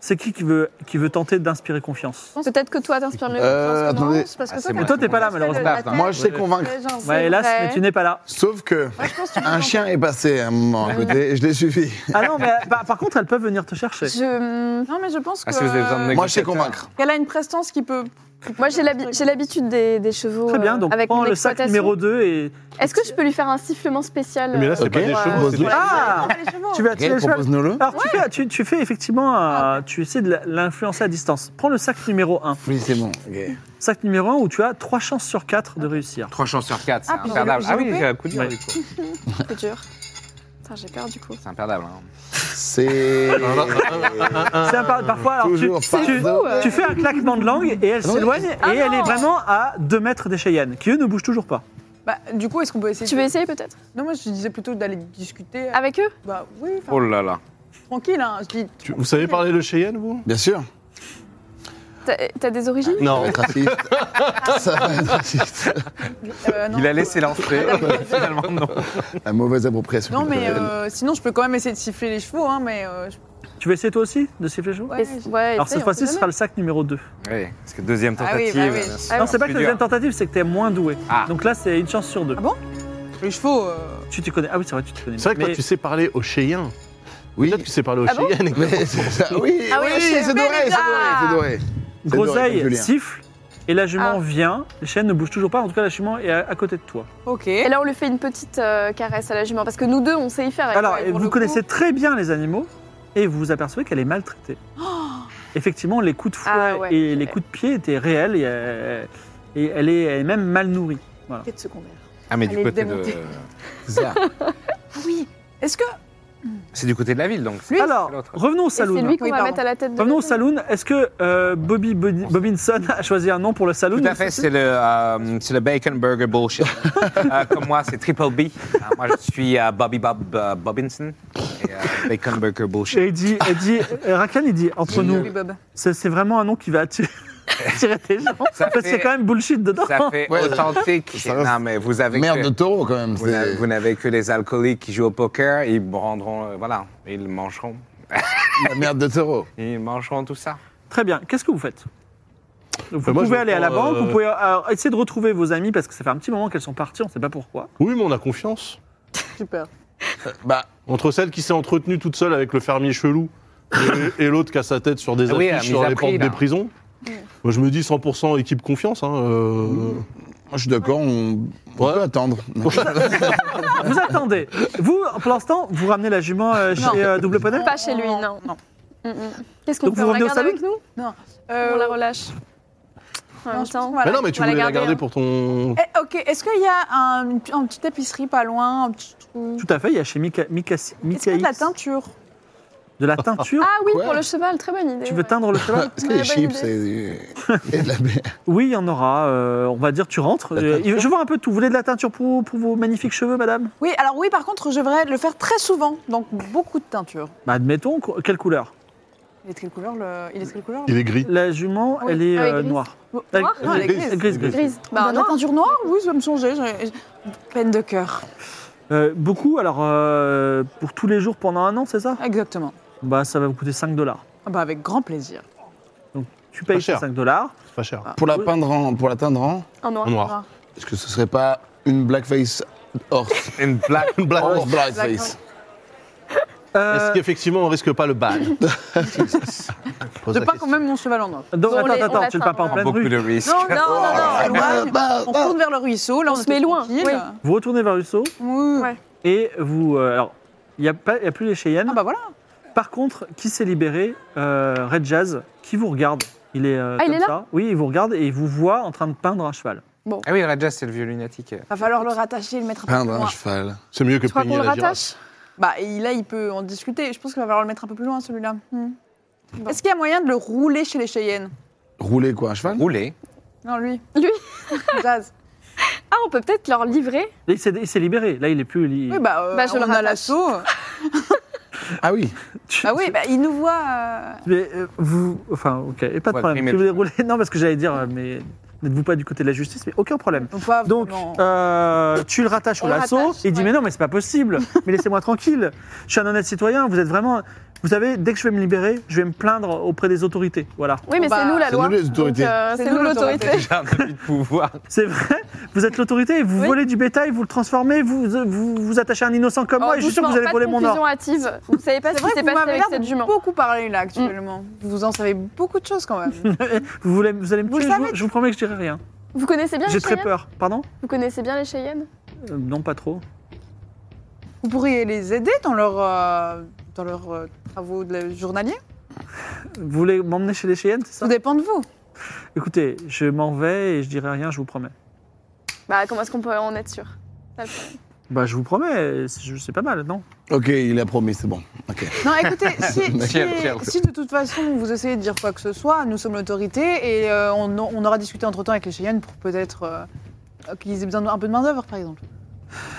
C'est qui qui veut, qui veut tenter d'inspirer confiance Peut-être que toi t'inspires le. Euh, confiance que moi, attendez. c'est Parce que Ah, toi, c'est Mais moi. toi, t'es pas là, t'as fait malheureusement. la Baf, hein. tête, Moi, je sais Ouais. convaincre. les gens, c'est Ouais, hélas, vrai. mais tu n'es pas là. Sauf que Ah, un chien est passé à un moment à côté et je l'ai suivi. Ah non, mais par, par contre, elles peuvent venir te chercher. Je... Non, mais je pense que. Ah, si vous avez besoin de Moi, je sais convaincre. Elle a une prestance qui peut. Moi j'ai l'habi- j'ai l'habitude des, des chevaux. Très bien, euh, donc avec prends mon le sac exploitation. numéro 2 et Est-ce que je peux lui faire un sifflement spécial Mais là, c'est euh, Ok. pas des pour, euh, chevaux, c'est des pour la- Ah Ah, les chevaux. tu vas Gaël attirer le cheval. propose-nous-le. Alors tu, fais, tu, tu fais effectivement, un- tu essaies de la- l'influencer à distance. Prends le sac numéro 1. Oui, c'est bon. ok. Sac numéro 1 où tu as 3 chances sur 4 de réussir. 3 chances sur 4, c'est Ah, puis imperdable. j'ai Ah oui, loupé. j'ai un coup de Ouais. dur, du coup. C'est dur. Putain, j'ai peur du coup. C'est imperdable. hein. C'est. C'est un par- parfois, alors tu, Toujours pas tu- de- tu fais un claquement de langue et elle Ah non, s'éloigne et euh. Ah elle non. est vraiment à 2 mètres des Cheyennes qui eux ne bougent toujours pas. Bah, du coup, est-ce qu'on peut essayer Tu de- veux essayer peut-être Non, moi, je disais plutôt d'aller discuter. Ah. Avec eux Bah oui, enfin, Oh là là. tranquille, hein. Je dis. Tu- vous savez parler le Cheyenne, vous Bien sûr. T'as t'as des origines Ça Non. va être raciste. Ça va être raciste. euh, non. Il a laissé lancer. Finalement, non. La mauvaise appropriation. Non, mais culturelle. euh, sinon, je peux quand même essayer de siffler les chevaux, hein, mais. euh, je- Tu veux essayer toi aussi de siffler chaud ouais, Et- je- ouais, Alors essaye, cette on fois-ci, sait ce sera le sac numéro 2. Oui, parce que deuxième Ah oui, tentative. bah oui. bien sûr. Ah non, c'est pas plus que la deuxième dur. tentative, c'est que t'es moins doué. Ah. Donc là, c'est une chance sur deux. Ah bon Les chevaux. euh, Tu t'y connais Ah oui, c'est vrai, tu t'y connais. C'est vrai que toi, Mais- tu sais parler au Cheyenne. Oui. Peut-être que tu sais parler au Ah bon Cheyenne. Mais c'est ça, oui, Ah oui, oui, je sais, c'est mais doré, c'est doré, les gars c'est doré. C'est doré, comme Groseille Julien. siffle et la jument Ah. vient. L'échelle ne bouge toujours pas, en tout cas la jument est à, à côté de toi. Ok. Et là, on lui fait une petite euh, caresse à la jument, parce que nous deux, on sait y faire. Alors, et pour vous le connaissez coup- très bien les animaux et vous vous apercevez qu'elle est maltraitée. Effectivement, les coups de fouet Oh Ah ouais, et ok. les coups de pied étaient réels et, euh, et elle, est, elle est même mal nourrie. Quête secondaire. Ah, mais du Allez, le côté de. démonter. Bizarre. Oui. Est-ce que C'est du côté de la ville, donc. c'est- Alors, c'est l'autre. revenons au Et C'est saloon. lui qu'on Oui, va pardon. mettre à la tête de. Revenons au la- saloon. Est-ce que euh, Bobby Boni- Bobinson a choisi un nom pour le saloon Tout à fait, c'est le, euh, c'est le Bacon Burger Bullshit. Euh, comme moi, c'est Triple B. Euh, moi, je suis euh, Bobby Bob euh, Bobinson. Et, euh, Bacon Burger Bullshit. Et il dit, il dit euh, Rakan, il dit entre nous, Oui, Bob. c'est c'est vraiment un nom qui va attirer, attirer des gens. Ça parce qu'il y a fait- quand même bullshit dedans. Ça fait Ouais. authentique. Ça reste- non, mais vous avez. Merde que- de taureau quand même. Vous c'est- n'avez- Vous n'avez que les alcooliques qui jouent au poker, ils rendront, euh, voilà, ils mangeront, La merde de taureau. ils mangeront tout ça. Très bien. Qu'est-ce que vous faites Vous moi, je pouvez aller à la prends, banque, euh, vous pouvez euh, essayer de retrouver vos amis parce que ça fait un petit moment qu'elles sont parties, on ne sait pas pourquoi. Oui, mais on a confiance. Super. Bah, Entre celle qui s'est entretenue toute seule avec le fermier chelou et, et l'autre qui a sa tête sur des Ah oui, affiches la mise sur à les prix, portes là. des prisons. Mm. Moi, je me dis 100% équipe confiance. Hein, euh, moi, je suis d'accord, on, on peut attendre. Vous attendez. Vous, pour l'instant, vous ramenez la jument euh, Non. chez euh, Double Poney Pas chez lui, non. Non. Mm, mm. Qu'est-ce qu'on Donc fait vous On la revenez au garde saloon avec nous Euh, On la relâche. En non, même je pense temps. qu'on va Mais la- non, mais tu on va la voulais la garder, garder hein. pour ton. Eh, ok, est-ce qu'il y a un, une petite épicerie pas loin, un petit trou Tout à fait, il y a chez Mika, Mikasi- Est-ce qu'il y a de la Mikaïs teinture de la teinture. Ah oui, Ouais. pour le cheval, très bonne idée. tu veux ouais. teindre le cheval Est-ce que les Ouais, bonne chips et, et de la bière Oui, il y en aura. euh, on va dire, tu rentres. La Euh, teinture Je vois un peu tout. Vous voulez de la teinture pour, pour vos magnifiques cheveux, madame Oui, alors oui, par contre, je devrais le faire très souvent, donc beaucoup de teinture. bah, Admettons, co- quelle couleur Il est de quelle couleur le Il est de quelle Eh, couleur Oh, le- Il est gris. La jument, Oui, elle est ah oui, euh, grise. noire. Elle- Noir Euh, Non, elle est grise. grise. Elle est grise, grise. Grise. Bah, Bah, la non. teinture noire, oui, ça va me changer. j'ai- Peine de cœur. Euh, beaucoup, alors euh, pour tous les jours pendant un an, c'est ça Exactement. Bah ça va vous coûter 5 dollars. Ah Bah, avec grand plaisir. Tu payes ces Pas cher. 5 dollars. euh, C'est pas cher. Pour la Oui. peindre en, pour la teindre en, En noir. Ah. En noir. est-ce que ce serait pas une blackface horse Une blague. Une blague. Horse blackface. euh, Euh, Est-ce qu'effectivement, on risque pas le bal De pas quand même mon cheval en noir. Donc, on attends, les- on attends, la tu le peins pas en Ah, teint, pleine beaucoup rue. de risques. Non, non, non, non, Ah, bah, éloigne. bah, On bah. tourne vers le ruisseau, là On on, se était met loin, tranquille. oui. Vous retournez vers Russo Oui. Ouais. et vous... euh, alors, il n'y a, pas- il y a plus les Cheyennes. Ah bah voilà. Par contre, qui s'est libéré Euh, Red Jazz, qui vous regarde. Il est euh, Ah, il comme est là ça. Oui, il vous regarde et il vous voit en train de peindre un cheval. Ah oui, Raja, c'est le vieux lunatique. Va falloir le rattacher, le mettre un peu Peindre hein, plus un loin. cheval. C'est mieux que Tu crois peigner qu'on le la girafe. rattache Bah et là il peut en discuter. Je pense qu'il va falloir le mettre un peu plus loin celui-là. Hmm. Bon. Est-ce qu'il y a moyen de le rouler chez les Cheyennes Rouler quoi, un cheval Roulé. Non lui. Lui Zaz. Ah, on peut peut-être leur livrer. Là, il s'est il s'est libéré. Là, il est plus... il- Oui bah, euh, Bah, je on le a rattache. l'assaut. Ah oui. Tu- bah oui bah, il nous voit. euh, Mais euh, vous... Enfin, ok, et pas de Ouais, problème. mais- Si vous déroulez... Non, parce que j'allais dire, euh, mais n'êtes-vous pas du côté de la justice Mais aucun problème. on peut Donc, vraiment- euh, tu le rattaches au Ah, On le lasso. rattache, Il dit ouais. Mais non, mais c'est pas possible. Mais laissez-moi tranquille. Je suis un honnête citoyen. Vous êtes vraiment. Vous savez, dès que je vais me libérer, je vais me plaindre auprès des autorités. Voilà. Oui, mais Bah, c'est nous la c'est loi. nous les autorités. Donc, euh, C'est nous l'autorité. J'ai un peu de pouvoir. C'est vrai. Vous êtes l'autorité. Vous Oui. volez du bétail, vous le transformez, vous euh, vous, vous attachez un innocent comme moi. Oh, Et je suis sûr que doucement, vous allez pas voler de mon conclusion or. hâtive. Vous savez pas C'est ce vrai que qui s'est vous passé m'avez avec l'air cette de jument. Mm. beaucoup parler là actuellement. Vous en savez beaucoup de choses quand même. Vous, voulez, vous allez me Vous tuer. le je, vous, savez. je vous promets que je dirai rien. Vous connaissez bien les J'ai très Cheyennes peur. Pardon Vous connaissez bien les Cheyennes Euh, Non, pas trop. Vous pourriez les aider dans leur euh, dans leurs euh, travaux de la- journalier. Vous voulez m'emmener chez les Cheyennes, c'est ça Tout dépend de vous. Écoutez, je m'en vais et je dirai rien. Je vous promets. Bah, comment est-ce qu'on peut en être sûr Ça, le problème. Bah, je vous promets. je- C'est pas mal, non Ok, il a promis, c'est bon. Ok. Non, écoutez, si, si, Chill, chill. si de toute façon vous essayez de dire quoi que ce soit, nous sommes l'autorité et euh, on, on aura discuté entre temps avec les Cheyennes pour peut-être euh, qu'ils aient besoin d'un peu de main-d'œuvre par exemple.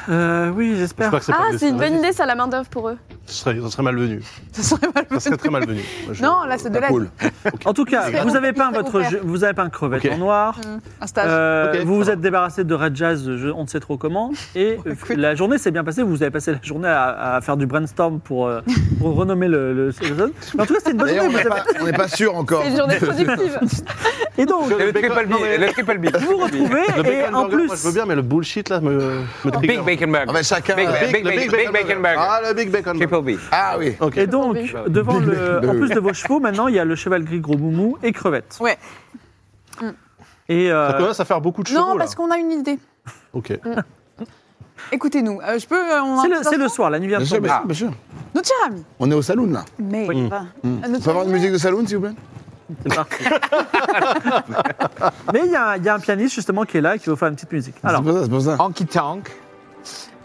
Euh, Oui, j'espère. J'espère que c'est pas Ah, des c'est une bonne salariés. idée, ça, la main-d'œuvre pour eux. Ce serait, ça serait malvenu. Ça serait mal. Ça serait très malvenu. Moi, je- Non, là, c'est de Pas l'aide. cool. En tout cas, C'est vous avez ouvert, peint c'est votre, ouvert. jeu- vous avez peint crevette Ok. en noir. Hum, Un stage. Euh, Ok, vous ça vous va. êtes débarrassé de Red Jazz, je- on ne sait trop comment. Et euh, la journée s'est bien passée. Vous avez passé la journée à, à faire du brainstorm pour, euh, pour renommer le, le, la zone. Mais en tout cas, c'était une bonne D'ailleurs, journée. on vous n'est avez- pas, on n'est pas sûr encore. C'est une journée productive. Et donc, Le Le bacon- triple B. non, mais- Le triple B. vous vous retrouvez Le et bacon en burger, plus, moi, je veux bien, mais le bullshit là me, Oh. me trigger. Big Bacon Burger. Ah ben, chacun. Big, euh, big, big, le big, bacon big bacon burger. Ah, le big bacon burger. Triple B. Ah oui. Ok. et donc Bah devant le, en plus de vos chevaux, maintenant il y a le cheval gris gros moumou et crevette. Ouais. Et euh, Ça commence à faire beaucoup de chevaux. Non, là. parce qu'on a une idée. Ok. Écoutez-nous, euh, je peux. euh, on a un c'est le, petit c'est le instant soir, la nuit vient de Bien sûr, tomber. bien sûr, bien sûr. Notre cher ami. On est au saloon là. Mais. Oui. Bah, Mm. notre On peut avoir une ami- musique de saloon s'il vous plaît C'est parti. Mais il y, a un- il y a un pianiste justement qui est là et qui va vous faire une petite musique. Alors, C'est pour ça, c'est pour ça. Honky Tonk.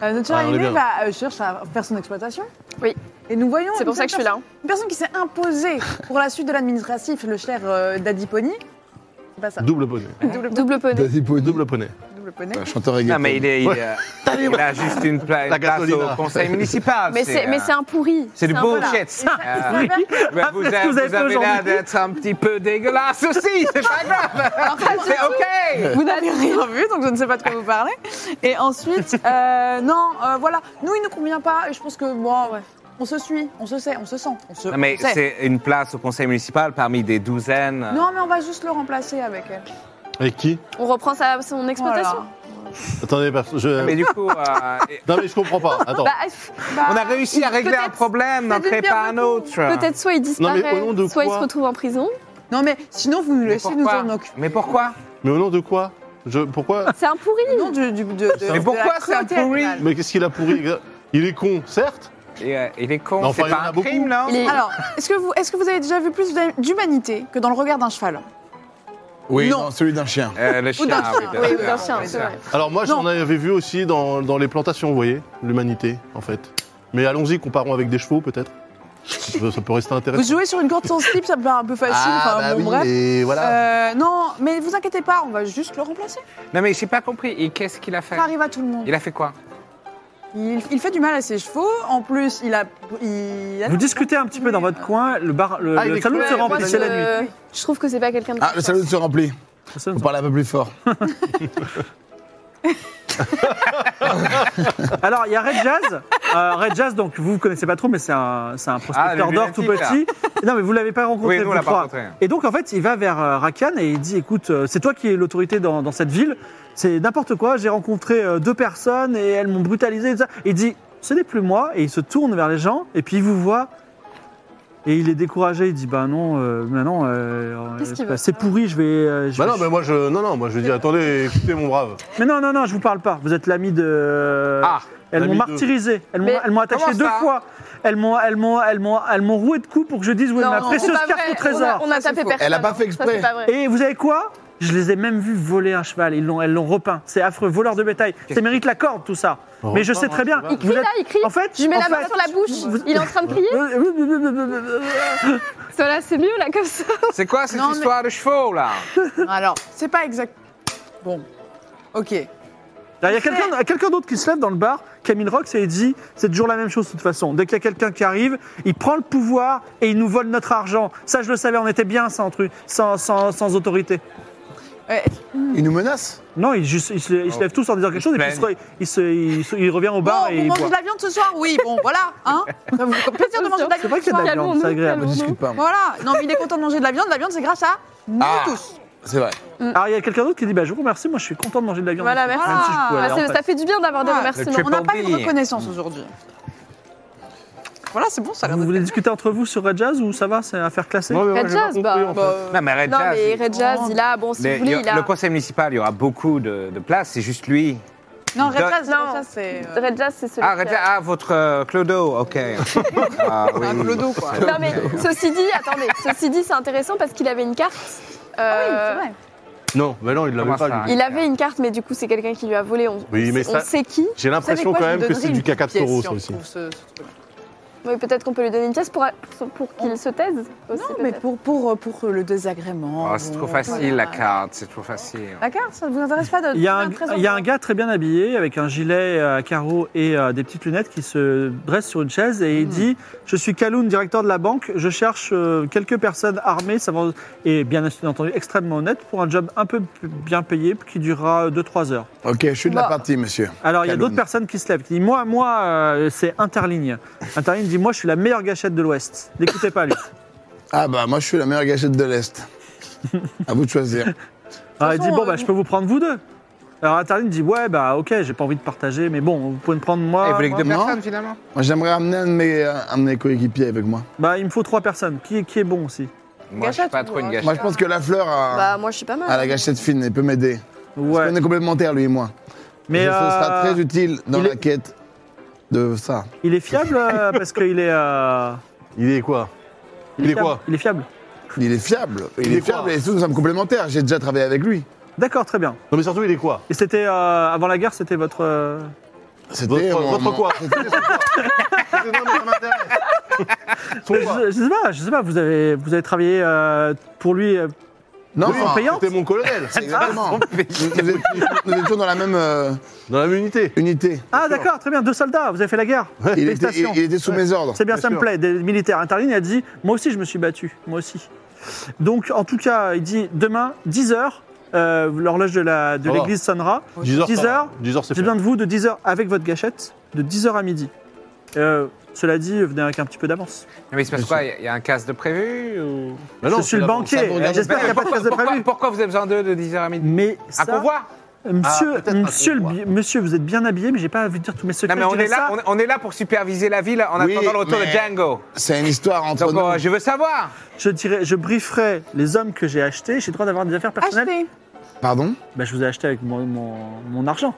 Euh, notre cher Ah, on est ami bien. va, euh, cherche à faire son exploitation. Oui. Et nous voyons. C'est pour une ça que je suis là. hein. Une personne qui s'est imposée pour la suite de l'administratif, le cher euh, Daddy Pony. C'est pas ça. Double poney. Double, poney. Daddy Pony. Double poney. Double poney. Ouais, Chanteur reggaeton. Non, mais il, est, il, euh, il a juste une, pla- La une place gasolina. au conseil municipal. Mais c'est euh, mais c'est un pourri. C'est du un Ah, voilà. bullshit. Il Ah, Euh, s'avère bah, vous, Parce avez, que vous avez vous fait avez l'air aujourd'hui. d'être un petit peu dégueulasse aussi, c'est pas grave. c'est ok. Vous n'avez rien vu, donc je ne sais pas de quoi vous parlez. Et ensuite, euh, non, euh, voilà, nous, il ne nous convient pas. Et je pense que, bon, on se suit, on se sait, on se sent. On se, Non, mais on sait. c'est euh, une place au conseil municipal parmi des douzaines. Non, mais on va juste le remplacer avec elle. Avec qui On reprend sa, son exploitation. Attendez, parce- Ah, je. Mais du coup, euh, et- Non, mais je comprends pas. Attends. Bah, pff, Voilà. on a Bah, réussi à régler un peut-être- problème, n'en crée peut-être pas un bien beaucoup. autre. Peut-être soit il disparaît, nom de soit il quoi se retrouve en prison. Non, mais sinon, vous nous Mais laissez nous pourquoi en occuper. Mais pourquoi Mais au nom de quoi je, Pourquoi C'est un pourri. Non, du, du- de, de- Mais de pourquoi la c'est un cruauté pourri animale. Mais qu'est-ce qu'il a pourri gars Il est con, certes. Et, euh, Il est con, Non, enfin, c'est il y en pas a un beaucoup. crime, non Il est- Alors, est-ce que, vous, est-ce que vous avez déjà vu plus d'humanité que dans le regard d'un cheval Oui, Non. non, celui d'un chien. Euh, Le d'un chien, chien. oui. Oui, euh, ou d'un chien, euh, c'est vrai. Alors moi, j'en Non. avais vu aussi dans, dans les plantations, vous voyez, l'humanité, en fait. Mais allons-y, comparons avec des chevaux, peut-être. ça, peut- ça peut rester Vous intéressant. jouez sur une corde sans slip, ça me paraît un peu facile. Ah, enfin, bah bon, oui, bref. et voilà. Euh, non, mais vous inquiétez pas, on va juste le remplacer. Non, mais j'ai pas compris. Et qu'est-ce qu'il a fait Ça arrive à tout le monde. Il a fait quoi Il, il fait du mal à ses chevaux. En plus, il a. il a- vous discutez un petit peu dans votre coin, le, bar, le, Ah, il le est salon cruel, se Moi, remplit, c'est la nuit. je- Je trouve que c'est pas quelqu'un de. Ah, le saloon se remplit. Le salon On se parle un peu plus fort. Alors, il y a Red Jazz. Euh, Red Jazz, donc, vous ne connaissez pas trop, mais c'est un, c'est un prospecteur le d'or tout lunatique, là. petit. Non, mais vous ne l'avez pas rencontré, Oui, nous, on vous l'a pas trois. rencontré. Et donc, en fait, il va vers euh, Rakan et il dit Écoute, euh, c'est toi qui es l'autorité dans, dans cette ville. C'est n'importe quoi. J'ai rencontré euh, deux personnes et elles m'ont brutalisé. Et tout ça. Il dit Ce n'est plus moi. Et il se tourne vers les gens et puis il vous voit. Et il est découragé. Il dit Bah non, euh, maintenant, euh, Qu'est-ce euh, qu'il veut c'est pourri. Je vais. euh, je Bah vais- non, mais moi, je, non, non, moi, je dis, attendez, écoutez, mon brave. mais non, non, non, je vous parle pas. Vous êtes l'ami de. euh, Ah, Elles m'ont l'ami de- martyrisé. Elles m'ont, Mais elles m'ont attaché comment deux ça fois. Elles m'ont, elles m'ont, elles m'ont, elles m'ont roué de coups pour que je dise où est Non, ma non, précieuse c'est pas carte vrai. au trésor. On a, on Ça, a c'est tapé faux. personne. Elle a pas fait Ça, exprès. c'est pas vrai. Et vous savez quoi Je les ai même vus voler un cheval. Ils l'ont, elles l'ont repeint. C'est affreux, voleur de bétail. Ça mérite la corde, tout ça. Mais je sais très bien. Il Il crie êtes- Euh, là, il crie. En fait, je mets en la main fait- sur la bouche. Il est en train de crier. euh. Voilà, c'est mieux là comme ça. c'est quoi cette Non, mais- histoire de chevaux, là Alors, c'est pas exact. Bon. Ok. Alors, il y a quelqu'un, quelqu'un d'autre qui se lève dans le bar, Camille Rox, et il dit c'est toujours la même chose de toute façon. Dès qu'il y a quelqu'un qui arrive, il prend le pouvoir et il nous vole notre argent. Ça, je le savais, on était bien sans, tru- sans, sans, sans autorité. Euh, Il nous menace Non, ils, juste, ils, se, ils se lèvent tous en disant quelque Ils chose et puis se plaignent. il, se, il, se- il revient au bar bon, et vous il mangez boit. de la viande ce soir Oui, bon, voilà. Hein Ça vous fait plaisir de manger de la viande C'est vrai ce qu'il y a de la soir. viande, c'est agréable. On discute pas. Voilà. Non, mais il est content de manger de la viande. La viande, c'est grâce à nous Ah. tous. C'est vrai. Alors il y a quelqu'un d'autre qui dit bah, Je vous remercie, moi je suis content de manger de la viande. Voilà, Même merci. si je pouvais aller Ah, en c'est- face. ça fait du bien d'avoir des Ah, remerciements. le On n'a pas eu de Bandit. reconnaissance aujourd'hui. Voilà, c'est bon, ça a l'air Vous de- voulez discuter entre vous sur Red Jazz ou ça va C'est affaire classée Red Jazz, bah. Bah, euh, Non, mais Red Non, Jazz, mais il- Red Jazz, Oh. il a. Bon, si le- vous voulez, il y a- il a. le conseil municipal, il y aura beaucoup de, de places, c'est juste lui. Non, Red Non. Jazz, Non. Red Jazz, c'est. euh, Red Jazz, c'est celui. Ah, Red qui Jazz, a- ah votre euh, Clodo, ok. Ah, oui. Un clodo, quoi. Non, mais ceci dit, attendez, ceci dit, c'est intéressant parce qu'il avait une carte. Ah oui, Euh, c'est vrai. Non, mais Bah non, il l'avait Comment pas, ça lui. il avait une carte, mais du coup, c'est quelqu'un qui lui a volé. On, Oui, mais on ça- sait qui. J'ai Vous savez l'impression quoi, quand je même vous que c'est donnerai du une caca de pièce taureau, si ça on aussi. trouve ce- ce truc-là. Oui, peut-être qu'on peut lui donner une pièce pour, pour qu'il se taise aussi. Non, mais peut-être. pour, pour, euh, pour le désagrément. Oh, c'est bon, trop facile voilà. la carte, c'est trop facile. La carte, ça ne vous intéresse pas de. Il y, a un, trouver trésor il y a un gars très bien habillé avec un gilet à carreaux et euh, des petites lunettes qui se dresse sur une chaise et il dit Je suis Kaloun, directeur de la banque. Je cherche euh, quelques personnes armées savant- et bien entendu extrêmement honnêtes pour un job un peu p- bien payé qui durera 2-3 heures. Ok, je suis de la Bah. partie, monsieur. Alors il y a Kaloun. d'autres personnes qui se lèvent qui disent Moi, moi, euh, c'est Interligne. Interligne dit Moi, je suis la meilleure gâchette de l'Ouest. N'écoutez pas lui. Ah bah, moi, je suis la meilleure gâchette de l'Est. à vous de choisir. Alors il dit façon, Bon, euh, bah, je peux vous prendre vous deux. Alors Interligne dit Ouais, bah, ok, j'ai pas envie de partager, mais bon, vous pouvez me prendre moi. Et Eh, vous voulez que Ah, moi. deux moi. personnes finalement Moi, j'aimerais amener un de mes, euh, un de mes coéquipiers avec moi. Bah, il me faut trois personnes. Qui, qui est bon aussi Moi je suis Gâchette, pas trop ou, une euh, gâchette. Moi, je pense que la fleur a, Bah, moi, je suis pas mal. a la gâchette fine et peut m'aider. Ouais. On est complémentaires, lui et moi. Mais Je- ça sera euh, très utile dans il la est- quête de ça. il est fiable euh, parce qu'il est. euh, Il est quoi Il est fiable. quoi Il est fiable. Il est fiable. Il, Il est, est fiable quoi et surtout, nous sommes complémentaires. J'ai déjà travaillé avec lui. D'accord, très bien. Non mais surtout il est quoi Et c'était euh, avant la guerre, c'était votre. euh, C'était Votre, mon- votre mon- quoi C'est- non, mais ça m'intéresse. Son Je, quoi je sais pas, je sais pas. Vous avez, vous avez travaillé euh, pour lui. euh, Non, Oui, en payant. C'était mon colonel. c'est exactement. nous, nous étions- nous étions dans la même euh, Dans la même unité. unité. Ah d'accord, très bien. Deux soldats. Vous avez fait la guerre. Il était, il, Félicitations. il était sous mes ordres. C'est bien, Bien ça me sûr. plaît. Des militaires. Interline a dit, moi aussi je me suis battu, moi aussi. Donc en tout cas, il dit demain 10 h l'horloge de la de Oh. Ça va. l'église sonnera. 10 heures. 10 ça va. heures. 10 heures c'est J'ai bien. besoin de vous de 10h avec votre gâchette, de 10h à midi. Euh, cela dit, venez avec un petit peu d'avance. Mais il se passe quoi, Il y a un casse de prévu ou... Bah Je suis le banquier, Ben, j'espère qu'il n'y a pas de pourquoi, casse de pourquoi- prévu. pourquoi vous avez besoin d'eux de 10h à midi Mais Un ça, convoi monsieur, Ah, peut-être un monsieur, le convoi. bi- monsieur, vous êtes bien habillé, mais j'ai pas à vous dire tous mes secrets. Non mais on je dirais est, là, ça. on, on est là pour superviser la ville en Oui, attendant le retour mais- de Django. C'est une histoire entre Donc nous. euh, je veux savoir. Je dirais, je brieferai les hommes que j'ai achetés. J'ai le droit d'avoir des affaires personnelles. Achetez. Pardon Bah, je vous ai acheté avec mon, mon, mon argent.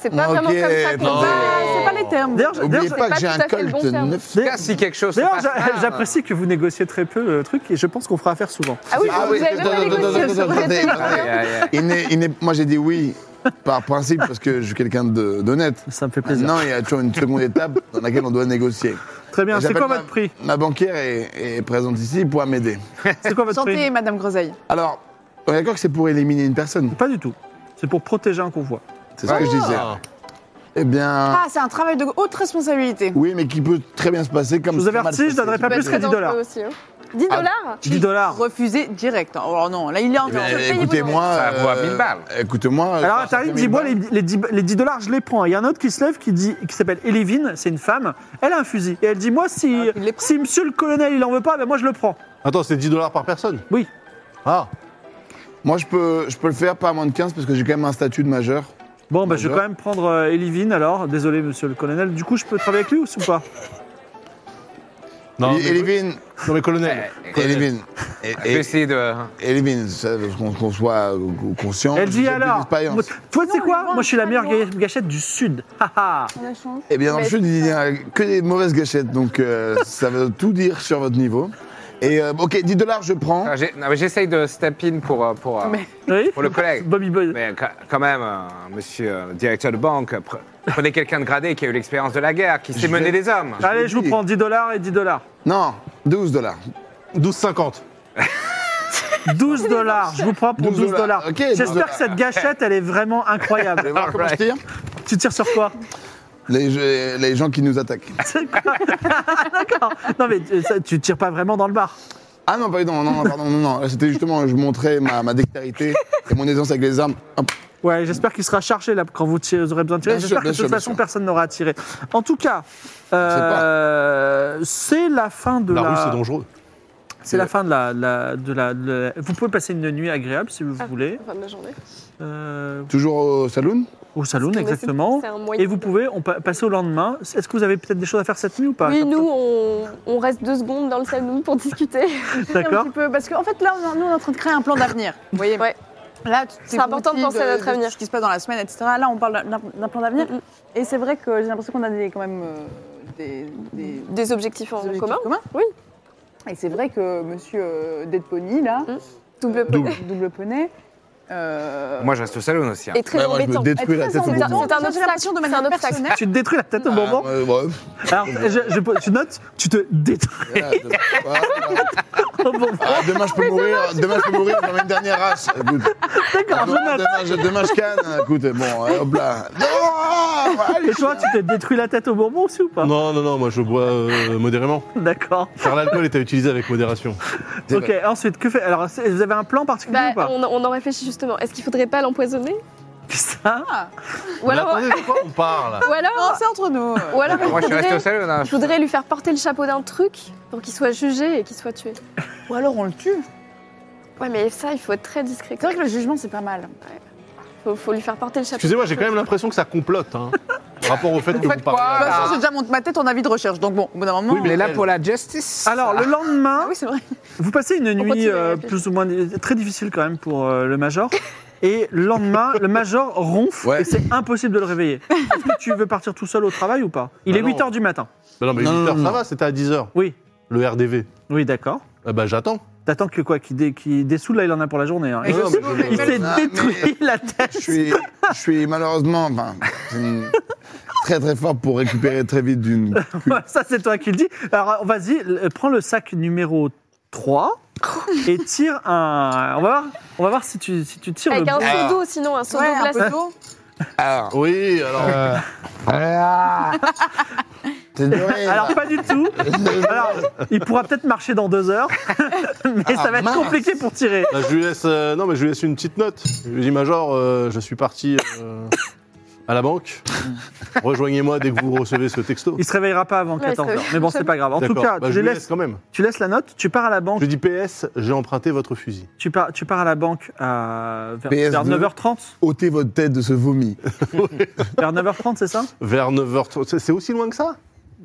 C'est Ok, pas vraiment comme ça qu'on non. dit. Ah, C'est pas les termes. D'ailleurs, je- N'oubliez d'ailleurs, pas pas que j'ai tout un à fait colt le bon de terme. 9. je- En tout cas, si quelque chose se d'ailleurs, passe j'a- mal, j'apprécie que vous négociez très peu le truc et je pense qu'on fera affaire souvent. Ah oui, Ah vous oui, avez attends, même attends, négocié, attends, vous attends, êtes attends, Aïe, bien. aïe, aïe. Il n'est- il n'est- moi, j'ai dit oui par principe parce que je suis quelqu'un de- d'honnête. Ça me fait plaisir. Maintenant, il y a toujours une seconde étape dans laquelle on doit négocier. Très bien. C'est J'appelle quoi ma- votre prix Ma banquière est, est présente ici pour m'aider. C'est quoi votre prix Santé, Madame Groseille. Alors, on est d'accord que c'est pour éliminer une personne. Pas du tout. C'est pour protéger un convoi. C'est ce que je disais. Ah. Eh bien, Ah, c'est un travail de haute responsabilité. oui, mais qui peut très bien se passer comme Je vous ça peut avertis, mal je se passer. donnerai pas Vous êtes plus que très 10 dollars. dangereux aussi, hein. 10 dollars 10 dollars. Refusé direct. hein. Alors non, là il est en Eh train bien, de euh, payer vos Écoutez-moi. Ça vaut à euh, 1000 balles. Écoutez-moi. Alors, euh, Atari ça dit fait Moi, 1000 les, les 10, les 10 dollars, je les prends. Il y a un autre qui se lève qui, dit, qui s'appelle Elivine, c'est une femme. Elle a un fusil. Et elle dit Moi, si, Ah, il les prend. si monsieur le colonel, il en veut pas, ben moi, je le prends. Attends, c'est 10 dollars par personne Oui. Ah, Moi, je peux, je peux le faire pas à moins de 15 parce que j'ai quand même un statut de majeur. Bon, bah, je vais Bonjour. quand même prendre euh, Elivine alors. Désolé, monsieur le colonel. Du coup, je peux travailler avec lui ou ou pas non, Eli- mais, Elivine, non, mais colonel. Eh, eh, Elivine, Je vais essayer de. Elivine, E- ça, qu'on qu'on soit euh, conscient. Elle dit j'ai plus alors d'expérience. moi- Toi, tu sais Non, quoi mais bon, Moi, je suis la pas meilleure loin. ga- gâchette du Sud. Haha On échange. Eh bien, dans le Mais- jeu, il n'y a que des mauvaises gâchettes, donc euh, ça veut tout dire sur votre niveau. Et euh, ok, 10 dollars, je prends. Ah, j'ai- non, mais J'essaye de step in pour, euh, pour, euh, Mais- Oui pour le collègue. Bobby Boy. Mais quand- quand même, euh, monsieur euh, directeur de banque, pre- prenez quelqu'un de gradé qui a eu l'expérience de la guerre, qui Je sait mener vais- des hommes. Allez, l'ai je vous dit. prends 10 dollars et 10 dollars. Non, 12 dollars. 12,50. 12 dollars, je vous prends pour 12 dollars. Ok, 12 J'espère dollars. que cette gâchette, elle est vraiment Vous incroyable. voulez voir comment je tire tu tires sur quoi les, jeux- les gens qui nous attaquent. C'est quoi D'accord. Non, mais tu- ça, tu tires pas vraiment dans le bar. Ah non, pardon, non, non, pardon, non, non. Là, C'était justement, je montrais ma, ma dextérité et mon aisance avec les armes. Hop. Ouais, j'espère qu'il sera chargé là quand vous, tirez- vous aurez besoin de tirer. Bien J'espère sûr, que de bien toute sûr, façon, bien sûr. personne n'aura à tirer. En tout cas, euh, c'est la fin de La la. rue, c'est dangereux. c'est la fin de la, de la- de la- de la- Vous pouvez passer une nuit agréable si vous Ah. voulez. Fin de la journée. Euh, Toujours au saloon au salon, Mais c'est- exactement. c'est un moyen Et vous de- pouvez on, pa- passer au lendemain. Est-ce que vous avez peut-être des choses à faire cette nuit ou pas Oui, nous, on, on reste deux secondes dans le salon pour discuter. D'accord. Un petit peu, parce qu'en fait, là, on, nous, on est en train de créer un plan d'avenir. Vous voyez Ouais. Là, tout- C'est important de motifs penser à notre avenir. Mm, tout Ce qui se passe dans la semaine, etc. Là, on parle d'un d'un plan d'avenir. Et c'est vrai que j'ai l'impression qu'on a des, quand même euh, des, des- Des objectifs en des objectifs commun. oui. Et c'est vrai que monsieur euh, Dead Pony, là, Double euh, double poney, Euh, Moi, je reste au salon aussi. hein. Bah, Et très Ouais, moi, je me embêtant. détruis la Très tête au embêtant. bonbon. C'est un J'ai l'impression obstacle. de C'est un manière obstacle. personnelle. Tu te détruis la tête au Ah, bonbon ouais, ouais. Alors, je, je- tu notes, tu te détruis Ah, demain, ah, au bonbon. ah, demain, je peux mourir. Demain, je peux mourir. J'en ai une dernière race. Écoute. D'accord, je Demain, note. demain, je, demain, je canne. Écoute, bon, hein, hop là. Non, Et toi, tu t'es détruit la tête au bonbon aussi ou pas Non, non, non, moi je bois euh, modérément. D'accord. Car l'alcool est à utiliser avec modération. C'est Ok, ensuite, que fait Alors, c'est- vous avez un plan particulier Bah, ou pas on, on en réfléchit justement. Est-ce qu'il faudrait pas l'empoisonner Ça Ou alors, Mais attendez, de quoi on parle ou Non, alors, c'est entre nous. ou alors il Moi, je suis resté faudrait- au salon. hein. il faudrait lui faire porter le chapeau d'un truc pour qu'il soit jugé et qu'il soit tué. Ou alors on le tue. Ouais, mais ça, il faut être très discret. C'est vrai que le jugement, c'est pas mal. Faut, faut lui faire porter le chapeau. Excusez-moi, j'ai quand même l'impression que ça complote, hein. Par rapport au fait que vous faites quoi, De toute parlez. là façon, j'ai déjà monté ma tête en avis de recherche, donc bon, au bout d'un moment. euh, Oui, On est là elle- pour la justice. Alors, le lendemain, Ah oui, c'est vrai. vous passez une continue nuit à euh, réfléchir. plus ou moins très difficile quand même pour euh, le major. Et le lendemain, le major ronfle Ouais. et c'est impossible de le réveiller. Est-ce que tu veux partir tout seul au travail ou pas Il Bah est non. 8 h du matin. Bah non, mais Non, 8 non, heures, ça non. va, c'était à 10 heures. Oui, Le RDV. oui, d'accord. Ah bah j'attends. T'attends que quoi Qu'il dé- qu'il dessoule, là, il en a pour la journée. hein. Et Non, je sais mais pas, je- Il mais- s'est Ah, détruit la Je tête. suis, je suis malheureusement enfin, c'est une- très très fort pour récupérer très vite d'une. Ouais, ça, c'est toi qui le dis. Alors, vas-y, l- prends le sac numéro 3 et tire un. On va voir, on va voir si, tu, si tu tires Avec le un bon. Ah. seau d'eau, sinon, un seau Ouais, d'eau un glacée. peu d'eau. Ah. Alors, Oui, alors. Ah. c'est doré. là. Alors, pas du tout. Alors, il pourra peut-être marcher dans deux heures, mais ça va être Ah, mince. compliqué pour tirer. Bah, je lui laisse. euh, non, mais je lui laisse une petite note. Je lui dis, Major, euh, je suis parti euh, à la banque. Rejoignez-moi dès que vous recevez ce texto. Il se réveillera pas avant Ouais, 14 il se heures. Mais bon, c'est pas grave. En tout D'accord. cas, Bah, tu, je lui laisses, laisse quand même. tu laisses la note, tu pars à la Je banque, lui dis PS, j'ai emprunté votre fusil. tu pars, tu pars à la banque à, vers, PS2. vers 9h30. ôtez votre tête de ce vomi. Vers 9h30, c'est ça Vers 9h30. C'est- C'est aussi loin que ça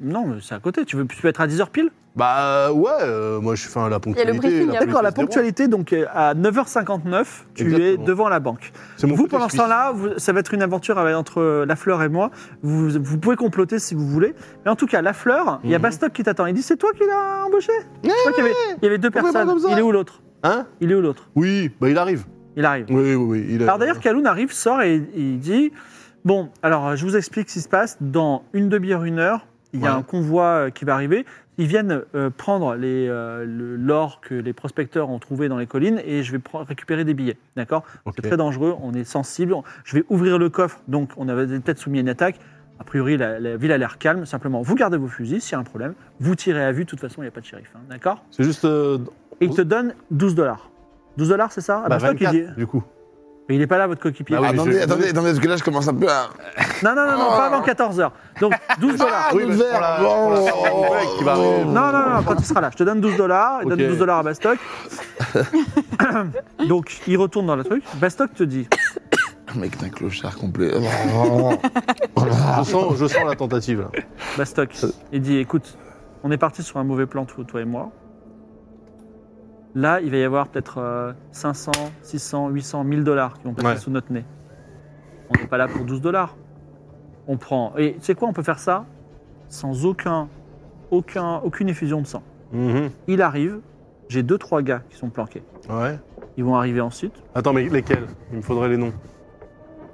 Non, mais c'est à côté. Tu, veux, tu peux être à 10h pile Bah ouais, euh, moi je suis fin à la y a ponctualité. le briefing, la il y a- D'accord, la police se déroule. ponctualité, donc euh, à 9h59, tu es Exactement. devant la banque. C'est mon vous, côté pendant ce suisse. temps-là, vous- ça va être une aventure avec- entre euh, La Fleur et moi. Vous, vous pouvez comploter si vous voulez. Mais en tout cas, La Fleur, il y a Mhm. Bastoc qui t'attend. Il dit C'est toi qui l'as embauché C'est toi qu'il y avait- Il y avait deux Pourquoi pas personnes. comme ça Il est où l'autre Hein Il est où l'autre Oui, bah il arrive. Il arrive. Oui, oui, oui. Il est- Alors d'ailleurs, Kaloun arrive, sort et il dit Bon, alors euh, je vous explique ce qui se passe. Dans une demi-heure, une heure, il y a Ouais. un convoi euh, qui va arriver. Ils viennent euh, prendre les, euh, le- l'or que les prospecteurs ont trouvé dans les collines et je vais pre- récupérer des billets. D'accord Ok. C'est très dangereux, on est sensible. Je vais ouvrir le coffre, donc on avait peut-être soumis à une attaque. A priori, la, la ville a l'air calme. Simplement, vous gardez vos fusils s'il y a un problème. Vous tirez à vue, de toute façon, il n'y a pas de shérif. hein, D'accord C'est juste. euh, Et il te donne 12 dollars. 12 dollars, c'est ça Ah, bah, bah, c'est toi qui 24, dis. du coup. Mais il n'est pas là, votre coéquipier. Bah oui, mais attendez, je- attendez, attendez, parce que là je commence un peu à. Non, non, non, non, Oh. pas avant 14h. Donc 12 dollars. Ah, oui, bah, je prends la- je prends la sortie de mon collègue qui va arriver. Non, non, non, quand il sera là. Je te donne 12 dollars, il Ok. donne 12 dollars à Bastoc. Donc il retourne dans le truc. Bastoc te dit Mec, t'es un clochard complet. Oh. Oh Je sens, je sens la tentative. là. Bastoc, Euh. il dit écoute, on est parti sur un mauvais plan, toi, toi et moi. Là, il va y avoir peut-être euh, 500, 600, 800, 1000 dollars qui vont passer Ouais. sous notre nez. On n'est pas là pour 12 dollars. On prend. Et tu sais quoi, on peut faire ça sans aucun, aucun, aucune effusion de sang. Mhm. Il arrive, j'ai deux, trois gars qui sont planqués. Ouais. Ils vont arriver ensuite. Attends, mais lesquels Il me faudrait les noms.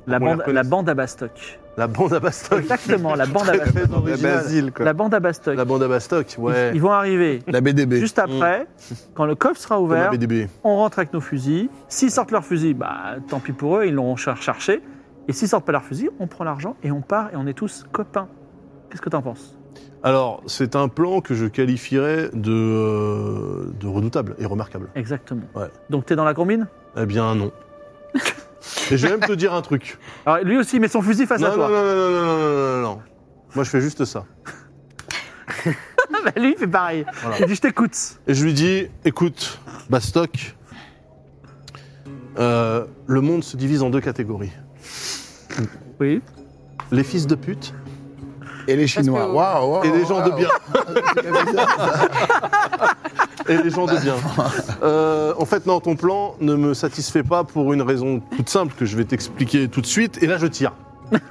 La, On les bande, reconnaît. la bande à Bastoc. La bande à Bastoc. Exactement, la bande à Bastoc. Très original. La bande à Bastoc. La bande à Bastoc, Ils- ouais. Mm. Ils vont arriver La BDB. juste après. Quand le coffre sera Comme la ouvert, BDB. on rentre avec nos fusils. S'ils sortent leurs fusils, bah, tant pis pour eux, ils l'auront cher- cherché. Et s'ils sortent pas leurs fusils, on prend l'argent et on part et on est tous copains. Qu'est-ce que t'en penses Alors, c'est un plan que je qualifierais de, euh, de redoutable et remarquable. Exactement. Ouais. Donc t'es dans la combine Eh bien, non. et je vais même te dire un truc. Alors lui aussi il met son fusil face à Non, toi. non, non, non, non, non, non, non, non, non. Moi, je fais juste ça. Bah, lui il fait pareil. Voilà. Il dit je t'écoute. Et je lui dis, écoute, Bastoc, euh, le monde se divise en deux catégories. Oui. Les fils de pute Et les Chinois. que- Waouh, waouh, et les gens Oh, de waouh. bien. et les gens de bien. Euh, en fait, non, ton plan ne me satisfait pas pour une raison toute simple que je vais t'expliquer tout de suite. Et là, je tire.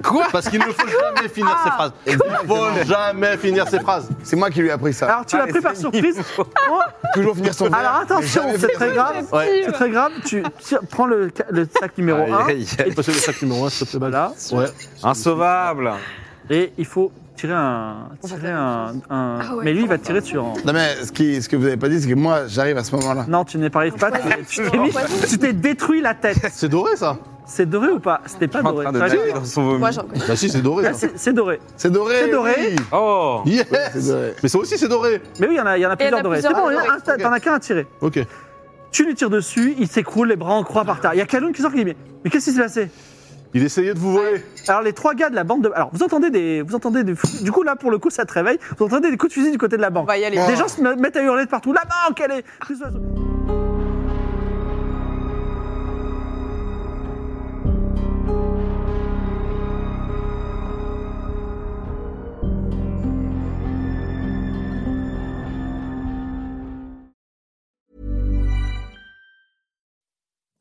Quoi Parce qu'il ne faut jamais finir Ah. ses phrases. Il ne faut jamais finir ses phrases. C'est moi qui lui ai appris ça. Alors tu Ah, l'as pris par surprise. Oh, Toujours finir son verre. Alors attention, Jamais c'est finir très son grave. Ouais. C'est très grave. Tu tires- prends le, ca- le sac numéro Aïe, 1 aïe, aïe. Et passer le sac numéro 1, s'il te plaît, Bal. Voilà. Ouais. Insauvable. et il faut tirer un. Tirer un, un- Ah ouais, mais lui, il va quand tirer sur. un- Non mais ce, qui, ce que vous avez pas dit, c'est que moi, j'arrive à ce moment-là. Non, tu n'y arrives pas. tu- Tu t'es mis- tu t'es détruit la tête. C'est doré, ça C'est doré ou pas C'était pas Je suis en doré. train de Enfin, nager dans son vomi. Moi, je reconnais. Bah si, c'est doré. là, ça. C'est c'est doré. C'est doré. C'est doré. oui. Oh Yes C'est doré. Mais ça aussi, c'est doré. Mais oui, il y en a, il y en a plusieurs a dorés. C'est plusieurs bon, il y en dorés. a un, t'as- t'en as qu'un à tirer. Ok. Tu lui tires dessus, il s'écroule, les bras en croix par terre. Il y a Kaloun qui sort qui dit Mais, mais qu'est-ce qui s'est passé Il essayait de vous voler. Alors les trois gars de la bande de. Alors vous entendez des. Vous entendez des... Du coup là pour le coup ça te réveille, vous entendez des coups de fusil du côté de la On banque. va y aller. Des gens se me- mettent à hurler de partout. La banque, elle est. Plus oiseaux.